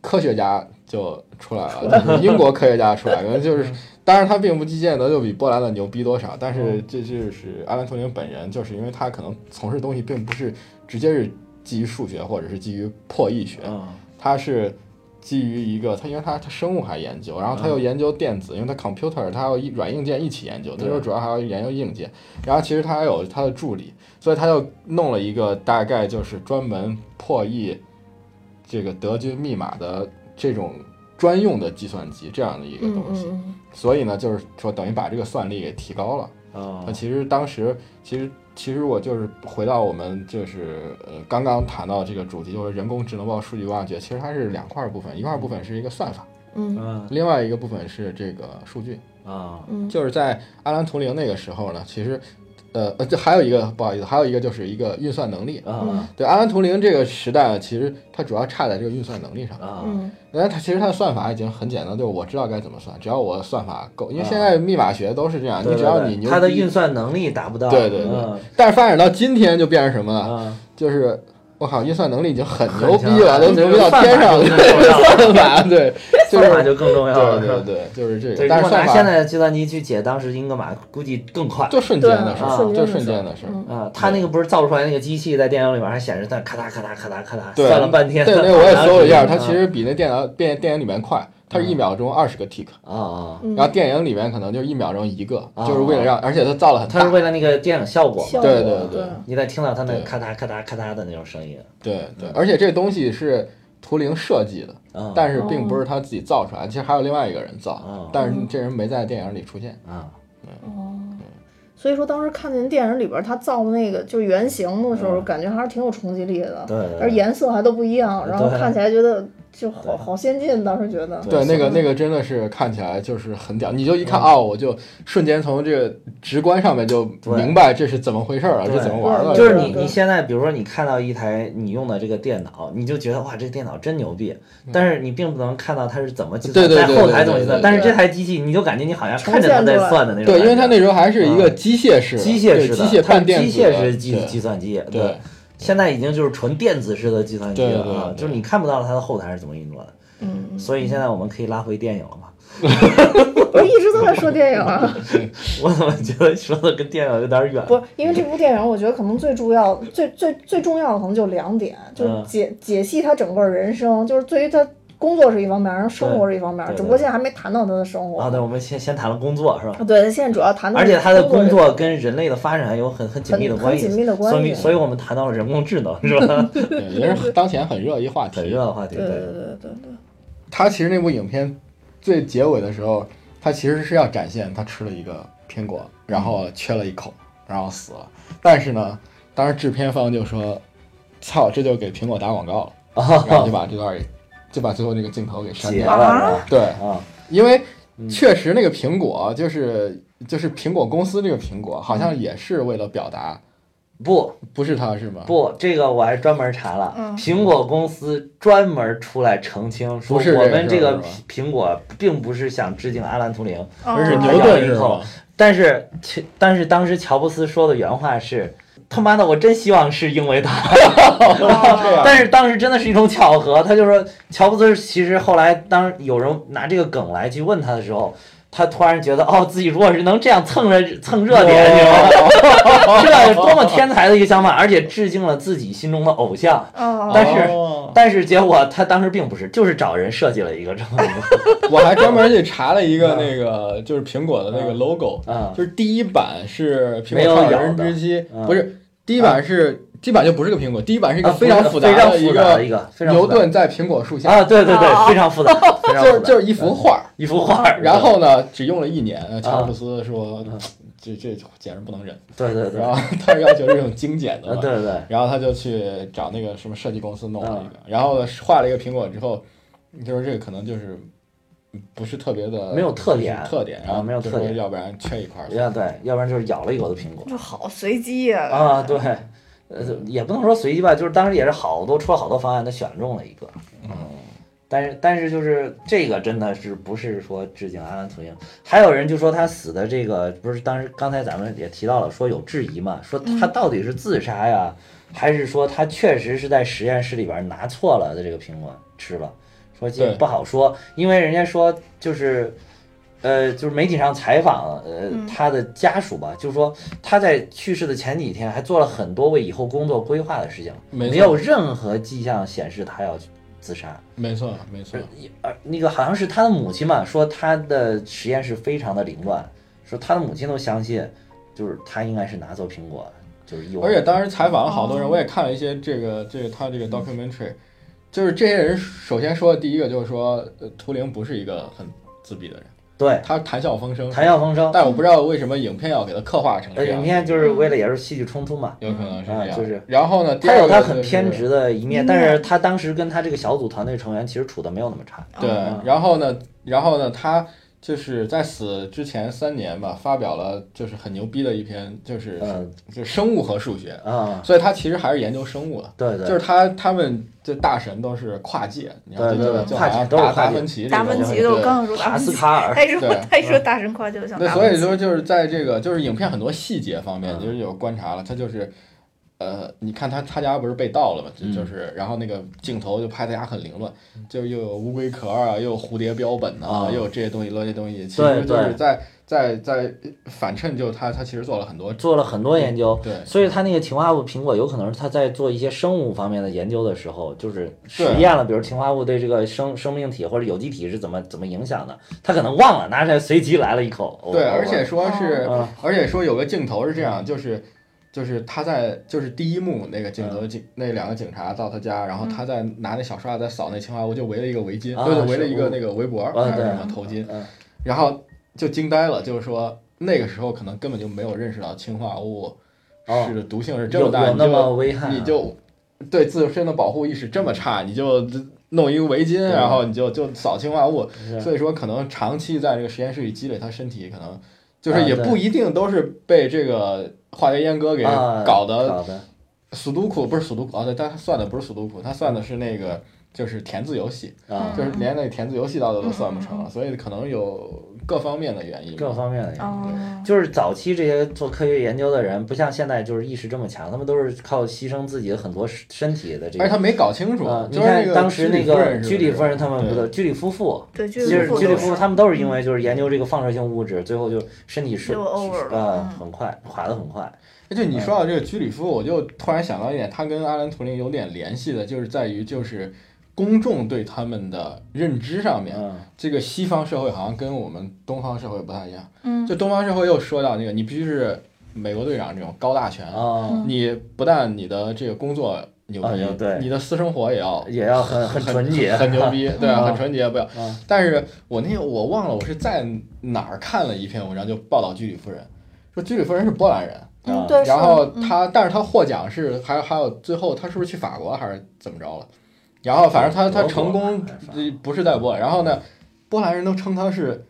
S2: 科学家就出来了，就是英国科学家出来了，可能就是。当然，他并不见得就比波兰的牛逼多少，但是这就是阿兰图灵本人，就是因为他可能从事东西并不是直接是基于数学或者是基于破译学，
S3: 啊
S2: 他是基于一个，他因为他他生物还研究，然后
S1: 嗯
S2: 他又研究电子，因为他 computer 他要一软硬件一起研究，他
S3: 对
S2: 说主要还要研究硬件，然后其实他还有他的助理，所以他又弄了一个大概就是专门破译这个德军密码的这种专用的计算机这样的一个
S1: 嗯
S2: 东西，
S1: 嗯
S2: 所以呢，就是说等于把这个算力给提高了。
S3: 啊
S2: 那其实当时，其实其实我就是回到我们就是呃刚刚谈到这个主题，就是人工智能包括数据挖掘，其实它是两块部分，一块部分是一个算法，
S1: 嗯
S3: 嗯
S2: 另外一个部分是这个数据。
S3: 啊
S1: 嗯
S2: 就是在阿兰图灵那个时候呢，其实呃呃这还有一个不好意思，还有一个就是一个运算能力。
S3: 啊
S2: 对阿兰图灵这个时代呢，其实它主要差在这个运算能力上。
S3: 啊
S1: 嗯
S2: 那它其实它的算法已经很简单，就是我知道该怎么算，只要我算法够。因为现在密码学都是这样，
S3: 嗯对
S2: 嗯你只
S3: 对
S2: 要
S3: 对
S2: 你牛
S3: 它的
S2: 逼
S3: 运算能力达不到，
S2: 对对对
S3: 嗯
S2: 但是发展到今天就变成什么呢？
S3: 啊
S2: 就是我靠，运算能力已经很
S3: 很
S2: 牛逼
S3: 强
S2: 了，都牛逼到
S3: 算法
S2: 天上
S3: 就
S2: 了。
S3: 更重要了
S2: (laughs) 算法对，就 (laughs)
S3: 算
S2: 是
S3: 法就更重要了，
S2: 对
S3: 是吧
S2: 对对，就是这
S3: 对，
S2: 个。但
S3: 如果
S2: 是算
S3: 拿
S2: 法
S3: 现在的计算机去解当时英格玛，估计更快。
S2: 就瞬间的事
S3: 对啊
S2: 儿，就
S1: 瞬
S2: 瞬
S1: 间
S2: 间的事儿。
S1: 嗯
S3: 啊，他那个不是造出来那个机器在电脑里面还显示在咔嗒咔嗒咔嗒咔嗒，
S2: 对，
S3: 算了啊半天。
S2: 对，那
S3: (laughs)
S2: 我也搜了一下，
S3: 它
S2: 它其实比那电脑电电影里面快，它
S3: 嗯
S2: 是一秒钟二十个 tick，
S3: 啊啊，
S1: 嗯
S2: 然后电影里面可能就一秒钟一个，
S3: 啊
S2: 就是为了让，而且它造了很
S3: 它是
S2: 大，
S3: 为了那个电影效果嘛。
S1: 效
S2: 对
S1: 果
S2: 对对
S3: 你得听到它那个
S2: 对
S3: 咔嗒咔嗒咔嗒的那种声音。
S2: 对对，而且这东西是图灵设计的，
S3: 啊，
S2: 但是并不是他自己造出来，其实还有另外一个人
S3: 哦
S2: 造，但是这人没在电影里出现。
S3: 啊，
S2: 嗯
S1: 哦所以说当时看见电影里边他造的那个就是原型的时
S2: 嗯
S1: 候，感觉还是挺有冲击力的。
S3: 对对对
S1: 而颜色还都不一样，然后
S3: 对
S1: 看起来觉得就好好先进，当时觉得。
S3: 对嗯
S2: 对，那个
S1: 是
S2: 那个真的是看起来就是很屌，你就一看啊，我就瞬间从这个直观上面就
S3: 对
S2: 明白这是怎么回事儿了，
S3: 对嗯
S2: 这怎么玩儿了。
S3: 就是
S1: 对
S3: 你
S1: 对
S3: 你现在比如说你看到一台你用的这个电脑，你就觉得哇这电脑真牛逼，但是你并不能看到它是怎么计算，
S2: 嗯对对
S3: 在
S2: 对
S3: 后台怎
S2: 对对
S3: 么计
S2: 对
S3: 算。
S2: 对
S3: 但是这台机器你就感觉你好像
S1: 重
S3: 看着它
S1: 现
S3: 在
S1: 出来
S3: 算的那种感
S2: 对，
S3: 觉。
S2: 因为它那时候还是一个机械式
S3: 嗯
S2: 的，
S3: 机械式
S2: 对
S3: 的，
S2: 机械
S3: 它是
S2: 半电子
S3: 机械
S2: 的
S3: 式计
S2: 对
S3: 计算机，
S2: 对
S3: 对。现在已经就是纯电子式的计算机
S2: 对
S3: 了
S2: 对
S3: 啊，
S2: 对
S3: 就是你看不到它的后台是怎么运作的，
S1: 嗯，
S3: 所以现在我们可以拉回电影了嘛？ (laughs)
S1: 我一直都在说电影
S2: (laughs)
S1: 啊，
S3: 我怎么觉得说的跟电影有点
S1: (laughs)
S3: 远？
S1: 不，因为这部电影，我觉得可能最重要、最最最重要的可能就两点，就是
S3: 嗯
S1: 解解析他整个人生，就是对于他工作是一方面，然后生活是一方面
S3: 对，对
S1: 只不过现在还没谈到他的生活。
S3: 啊，对，我们先先谈了工作是吧？
S1: 对，现在主要谈到
S3: 而且它的工
S1: 作
S3: 作跟人类的发展有很很紧密的
S1: 很
S3: 关系，
S1: 很紧密的关系
S3: 所以所以我们谈到了人工智能是
S1: (laughs)
S3: 吧？
S2: 对，也是当前很热一话
S3: 很
S2: 题啊
S3: 热。的话题，
S1: 对。对对对对对，
S2: 他其实那部影片最结尾的时候，他其实是要展现他吃了一个苹果，然后缺了一口，然后死了。但是呢，当时制片方就说：“操，这就给苹果打广
S3: (laughs)
S2: 告了。”然后就把这段儿给，就把最后那个镜头给删
S3: 解 (laughs)
S2: 掉
S3: 了
S2: 了。
S3: 是吧
S2: 对，
S3: 啊，
S2: 因为确实那个苹果就是就是苹果公司这个苹果，好像也是为了表达，
S3: 不
S2: 不是他是吗？
S3: 不，这个我还专门查了，
S1: 啊嗯
S3: 苹果公司专门出来澄清说，
S2: 不是这
S3: 我
S2: 个
S3: 们这
S2: 事儿
S3: 个
S2: 是吧
S3: 苹果并不是想致敬阿兰图灵，
S1: 哦
S2: 而是
S3: 他咬
S2: 牛
S3: 了
S2: 顿
S3: 一
S2: 是
S3: 口
S2: 吗？
S3: 但是，其但是当时乔布斯说的原话是：“他妈的，我真希望是因为他。”
S1: 哦
S2: 这样
S3: (laughs) 但是当时真的是一种巧合，他就说乔布斯其实后来当有人拿这个梗来去问他的时候，他突然觉得哦，自己如果是能这样蹭 (laughs) 热蹭热点，你知道吗？ (laughs) 这有多么天才的一个想法，而且致敬了自己心中的偶像。
S1: 哦，
S3: 但是
S2: 哦
S3: 但是结果他当时并不是，就是找人设计了一个这 (laughs) 么一个，
S2: 我还专门去查了一个
S3: (laughs)
S2: 那个，就是苹果的那个 logo，
S3: 嗯
S2: 就是第一版是苹
S3: 没有
S2: 果创
S3: 咬
S2: 有人
S3: 的
S2: 之期
S3: 嗯，
S2: 不是第一版是第一版就不是个苹果，第一版是一个
S3: 啊
S2: 非常复杂
S3: 非常
S2: 一
S3: 复杂的一个非常
S2: 牛
S3: 复杂
S2: 顿在苹果树下，
S3: 啊，对对对，非常复杂，非常
S2: (laughs) 就
S3: 复
S2: 是
S3: 杂，
S2: 就是一幅画儿，
S3: 一幅画儿，
S2: 然后呢嗯只用了一年，乔
S3: 啊
S2: 布斯说
S3: 嗯
S2: 这这简直不能忍，
S3: 对对对，
S2: 然
S3: 啊
S2: 后他要求这种精简的
S3: 对
S2: 嘛，
S3: 对对。
S2: 然后他就去找那个什么设计公司弄了一
S3: 啊
S2: 个，然后呢画了一个苹果之后，就是这个可能就是不是特别的
S3: 没有特点
S2: 就是特点，然
S3: 啊
S2: 后
S3: 没有
S2: 就
S3: 特点
S2: 说要不然缺一块儿。
S3: 要对，要不然就是咬了一口的苹果
S1: 这哦好随机呀、
S3: 啊，对，呃，也不能说随机吧，就是当时也是好多出了好多方案，他选中了一个，嗯，但是但是就是这个真的是不是说致敬阿兰图灵，还有人就说他死的这个不是当时刚才咱们也提到了，说有质疑嘛，说他到底是自杀呀，还是说他确实是在实验室里边拿错了的这个苹果吃了，说这
S2: 对
S3: 不好说，因为人家说就是。呃，就是媒体上采访，呃，他的家属吧，就是说他在去世的前几天还做了很多为以后工作规划的事情，
S2: 没
S3: 没
S2: 错
S3: 有任何迹象显示他要自杀。
S2: 没错，没错，
S3: 而那个好像是他的母亲嘛，说他的实验室非常的凌乱，说他的母亲都相信，就是他应该是拿走苹果，就是意外。
S2: 而且当时采访了好多人，我也看了一些这个这个他这
S3: 嗯
S2: 个 documentary，就是这些人首先说的第一个就是说，呃图灵不是一个很自闭的人，
S3: 对
S2: 他谈笑风生，
S3: 谈笑风生，
S2: 但我不知道为什么影片要给他刻画成这
S3: 呃，
S2: 样，嗯
S3: 影片就是为了也是戏剧冲突嘛。
S2: 有可能是
S3: 啊
S2: 这样。
S3: 就是
S2: 然后呢，第
S3: 他
S2: 二
S3: 有
S2: 个
S3: 他
S2: 就
S3: 很
S2: 是
S3: 偏执的一
S1: 嗯
S3: 面，但是他当时跟他这个小组团队成员其实处的没有那么差。
S2: 对
S3: 嗯，
S2: 然后呢，然后呢，他就是在死之前三年吧，发表了就是很牛逼的一篇，就是、
S3: 嗯
S2: 就是生物和数学，
S3: 啊，
S2: 所以他其实还是研究生物的。
S3: 对对，
S2: 就是他他们这大神都是跨界，你看
S3: 对
S2: 就
S3: 对
S2: 就
S3: 跨
S2: 好
S3: 界
S2: 像
S3: 都是
S2: 达
S3: 跨
S2: 达
S3: 界
S2: 芬奇这种，
S4: 达芬奇的，我
S2: 对
S4: 刚想说达
S3: 卡
S4: 芬
S2: 哎
S4: (laughs)
S3: 斯
S4: 奇，
S3: 卡尔，
S4: 他一说
S2: 对
S4: 他一
S1: 嗯
S4: 说大神夸就想
S2: 对，
S4: 达
S2: 所
S4: 芬
S2: 以
S4: 奇，
S2: 说就是在这个就是影片很多细节方面，
S3: 嗯
S2: 就是有观察了，他就是呃，你看他他家不是被盗了嘛，就
S3: 嗯
S2: 就是，然后那个镜头就拍他家很凌乱，就又有乌龟壳啊，又有蝴蝶标本啊，
S3: 啊
S2: 又有这些东西乱这些东西，其
S3: 对
S2: 实就是
S3: 对
S2: 在在在反衬，就是他他其实做了很多 (laughs)
S3: 做了很多研究，
S2: 对
S3: 所以他那个氰化物苹果有可能是他在做一些生物方面的研究的时候，就是实
S2: 对
S3: 验了，比如氰化物对这个生生命体或者有机体是怎么怎么影响的，他可能忘了，拿出来随机来了一口。哦
S2: 对，
S3: 哦
S2: 而且说是
S3: 哦，
S2: 而且说有个镜头是这样，就是就是他在就是第一幕那个镜
S3: 嗯
S2: 头，警那两个警察到他家，然后他在拿那小刷子在扫那氰化物，就围了一个围巾，
S3: 啊
S2: 对，围了一个
S3: 是
S2: 那个围脖
S3: 啊
S2: 还是
S3: 对
S2: 什么头巾
S3: 嗯，
S2: 然后就惊呆了，就是说那个时候可能根本就没有认识到氰化物
S3: 哦
S2: 是毒性是这
S3: 有
S2: 么大，
S3: 有
S2: 你
S3: 那么
S2: 就
S3: 危害啊，
S2: 你就对自身的保护意识这么差，你就弄一个围巾，
S3: 啊
S2: 然后你就就扫氰化物，
S3: 是啊
S2: 所以说，可能长期在这个实验室里积累，他身体可能就是
S3: 啊
S2: 也
S3: 对
S2: 不一定都是被这个化学阉割给
S3: 啊
S2: 搞的。
S3: 搞的
S2: 速读库不是速读库啊，对，但他算的不是速读库，他算的是那个就是填字游戏，
S3: 啊，
S2: 就是连那个填字游戏到的都算不成
S1: 嗯嗯
S2: 了，所以可能有各方面的原因吧。
S3: 各方面的原因。
S1: 哦，
S3: 就是早期这些做科学研究的人，不像现在就是意识这么强，他们都是靠牺牲自己的很多身身体的这
S2: 而
S3: 个。
S2: 且他没搞清楚
S3: 啊，，
S2: 就
S3: 你
S2: 是那
S3: 看
S2: 个
S3: 当时那个居
S2: 居
S3: 里
S2: 里
S3: 夫人他们不
S2: 对
S3: 都居啊里夫妇，
S1: 对，就
S3: 其实
S1: 是
S3: 居里夫妇他们都是因
S1: 为
S3: 为就是研究这个放射性物质，最后就身体是
S1: 就 over 了
S3: 呃
S1: 嗯
S3: 很快垮的很快。
S2: 哎，对你说到这个居里夫，我就突然想到一点，他跟阿兰图灵有点联系的，就是在于就是公众对他们的认知上面，
S3: 嗯，
S2: 这个西方社会好像跟我们东方社会不太一样。
S1: 嗯
S2: 就东方社会又说到那个，你必须是美国队长这种高大全，
S3: 哦，
S2: 你不但你的这个工作牛
S3: 啊
S2: 逼，
S3: 有对
S2: 你的私生活也要
S3: 也要很很纯洁，
S2: 很牛
S3: (laughs)
S2: 逼，对啊，
S3: 嗯
S2: 很纯洁，不要
S3: 嗯。
S2: 但是我那个我忘了我是在哪儿看了一篇文章，就报道居里夫人，说居里夫人是波兰人。
S3: 啊
S1: 嗯对，
S2: 然后
S1: 是
S2: 他，但是他获奖是还有还有最后他是不是去法国还是怎么着了？然后反正他
S3: 德
S2: 他
S3: 国
S2: 成功
S3: 还是法
S2: 呃不是在波兰，然后呢，波兰人都称他是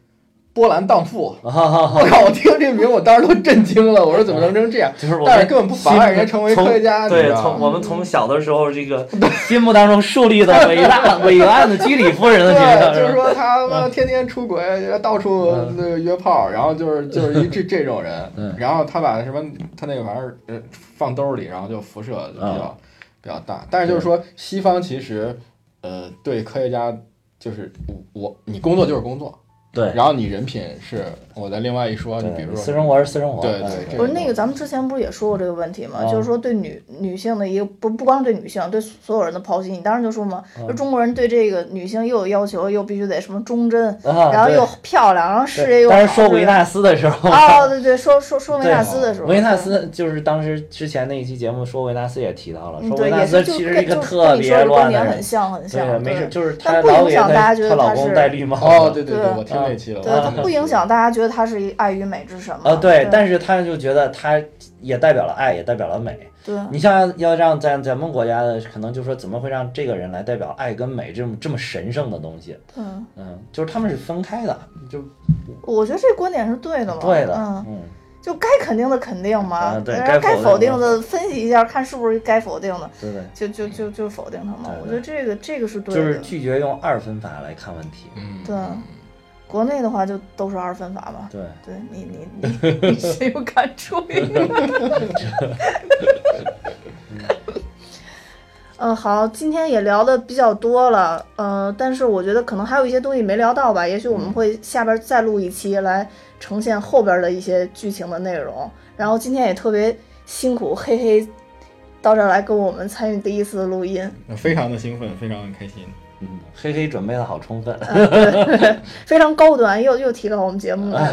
S2: 波兰
S3: (laughs)
S2: 荡妇。
S3: 啊哈哈哈
S2: 我靠！我听这名我当时都震惊了，我说怎么能成这样？
S3: (laughs) 就是我
S2: 但是
S3: 们
S2: 根本不妨碍人家成为科学家，你知
S3: 对 (laughs)
S2: 道
S3: 从
S2: 吗？
S3: 我们从小的时候这
S2: (laughs)
S3: 个心目当中树立的伟大伟岸的居里夫人的形象
S2: 对，就是是
S3: 吧？(laughs)
S2: 说他妈天天出轨，到处
S3: 嗯
S2: 那个约炮，然后就是就是一这这种人
S3: (laughs) 嗯，
S2: 然后他把什么他那个玩意儿呃放兜里，然后就辐射就比
S3: 嗯
S2: 较比较大。但是就是说，西方其实呃对科学家就是我我你工作就是工作，
S3: 对，
S2: 然后你人品是我在另外一说，你
S3: 对
S2: 比如
S3: 私
S2: 说
S3: 生活是私生活，
S2: 对
S3: 嗯
S2: 对这
S1: 不是那个，咱们之前不是也说过这个问题吗？
S3: 嗯
S1: 就是说对女女性的一个不不光是对女性，对所有人的剖析。你当时就说嘛，
S3: 嗯
S1: 就中国人对这个女性又有要求，又必须得什么忠贞，
S3: 啊，
S1: 然后
S3: 对
S1: 又漂亮，然后事业
S3: 对
S1: 又
S3: 当时
S1: 好
S3: 说
S1: 对
S3: 维纳斯的时候，
S1: 哦，对对，说说说维
S3: 对
S1: 纳斯的时候，嗯
S3: 维纳
S1: 对
S3: 斯就是当时之前那一期节目说维纳斯也提到了，
S1: 嗯
S3: 说
S1: 对，
S3: 维
S1: 也
S3: 纳斯
S1: 是就
S3: 其实
S1: 跟
S3: 一个
S1: 就是
S3: 特
S1: 跟你说
S3: 别
S1: 的观
S3: 乱的
S1: 点
S3: 人
S1: 很，像很
S3: 对，
S1: 像，
S3: 没事，
S1: 对
S3: 就是她
S1: 但不
S3: 老
S1: 影
S3: 给
S1: 响大
S3: 她
S1: 家觉
S3: 她
S1: 得
S3: 老
S1: 她
S3: 公
S1: 是
S3: 戴绿帽
S2: 哦
S3: 子
S2: 对对
S1: 对啊
S2: 我听那期了，
S1: 对
S2: 我
S1: 它
S2: 听那
S1: 不
S2: 期
S1: 影响大家觉得它是一爱与美之神嘛。
S3: 啊，对
S1: 对，，嗯
S3: 但是她就觉得她也代表了爱，也代表了美。
S1: 对
S3: 你像要让咱咱们国家的，可能就说怎么会让这个人来代表爱跟美这种这么神圣的东西？
S1: 对，
S3: 嗯，就是他们是分开的，就
S1: 我觉得这观点是对的嘛，
S3: 对的，
S1: 嗯，
S3: 嗯，
S1: 就该肯定的肯定嘛
S3: 啊，对
S1: 然后
S3: 该
S1: 该
S3: 否
S1: 否
S3: 定
S1: 定
S3: 的
S1: 的分析一下，看是不是该否定的，
S3: 对对。
S1: 就就就就否定他嘛
S3: 对。
S1: 我觉得这个这个是对
S3: 就是
S1: 的，
S3: 拒绝用二分法来看问题，
S2: 嗯
S1: 对。国内的话就都是二分法嘛，
S3: 对，
S1: 对你你你你谁有感触呀？ (laughs) 嗯，好，今天也聊的比较多了，呃，但是我觉得可能还有一些东西没聊到吧，也许我们会下边再录一期来呈现后边的一些剧情的内容。然后今天也特别辛苦，嘿嘿，到这儿来跟我们参与第一次录音，
S2: 非常的兴奋，非常的开心。
S3: 嗯，黑黑准备的好充分，
S1: 嗯非常高端，又又提高我们节目 (laughs) 了。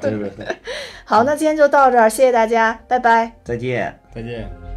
S3: 对对对， (laughs)
S1: 好，那今天就到这儿，谢谢大家，拜拜。
S3: 再见。
S2: 再见。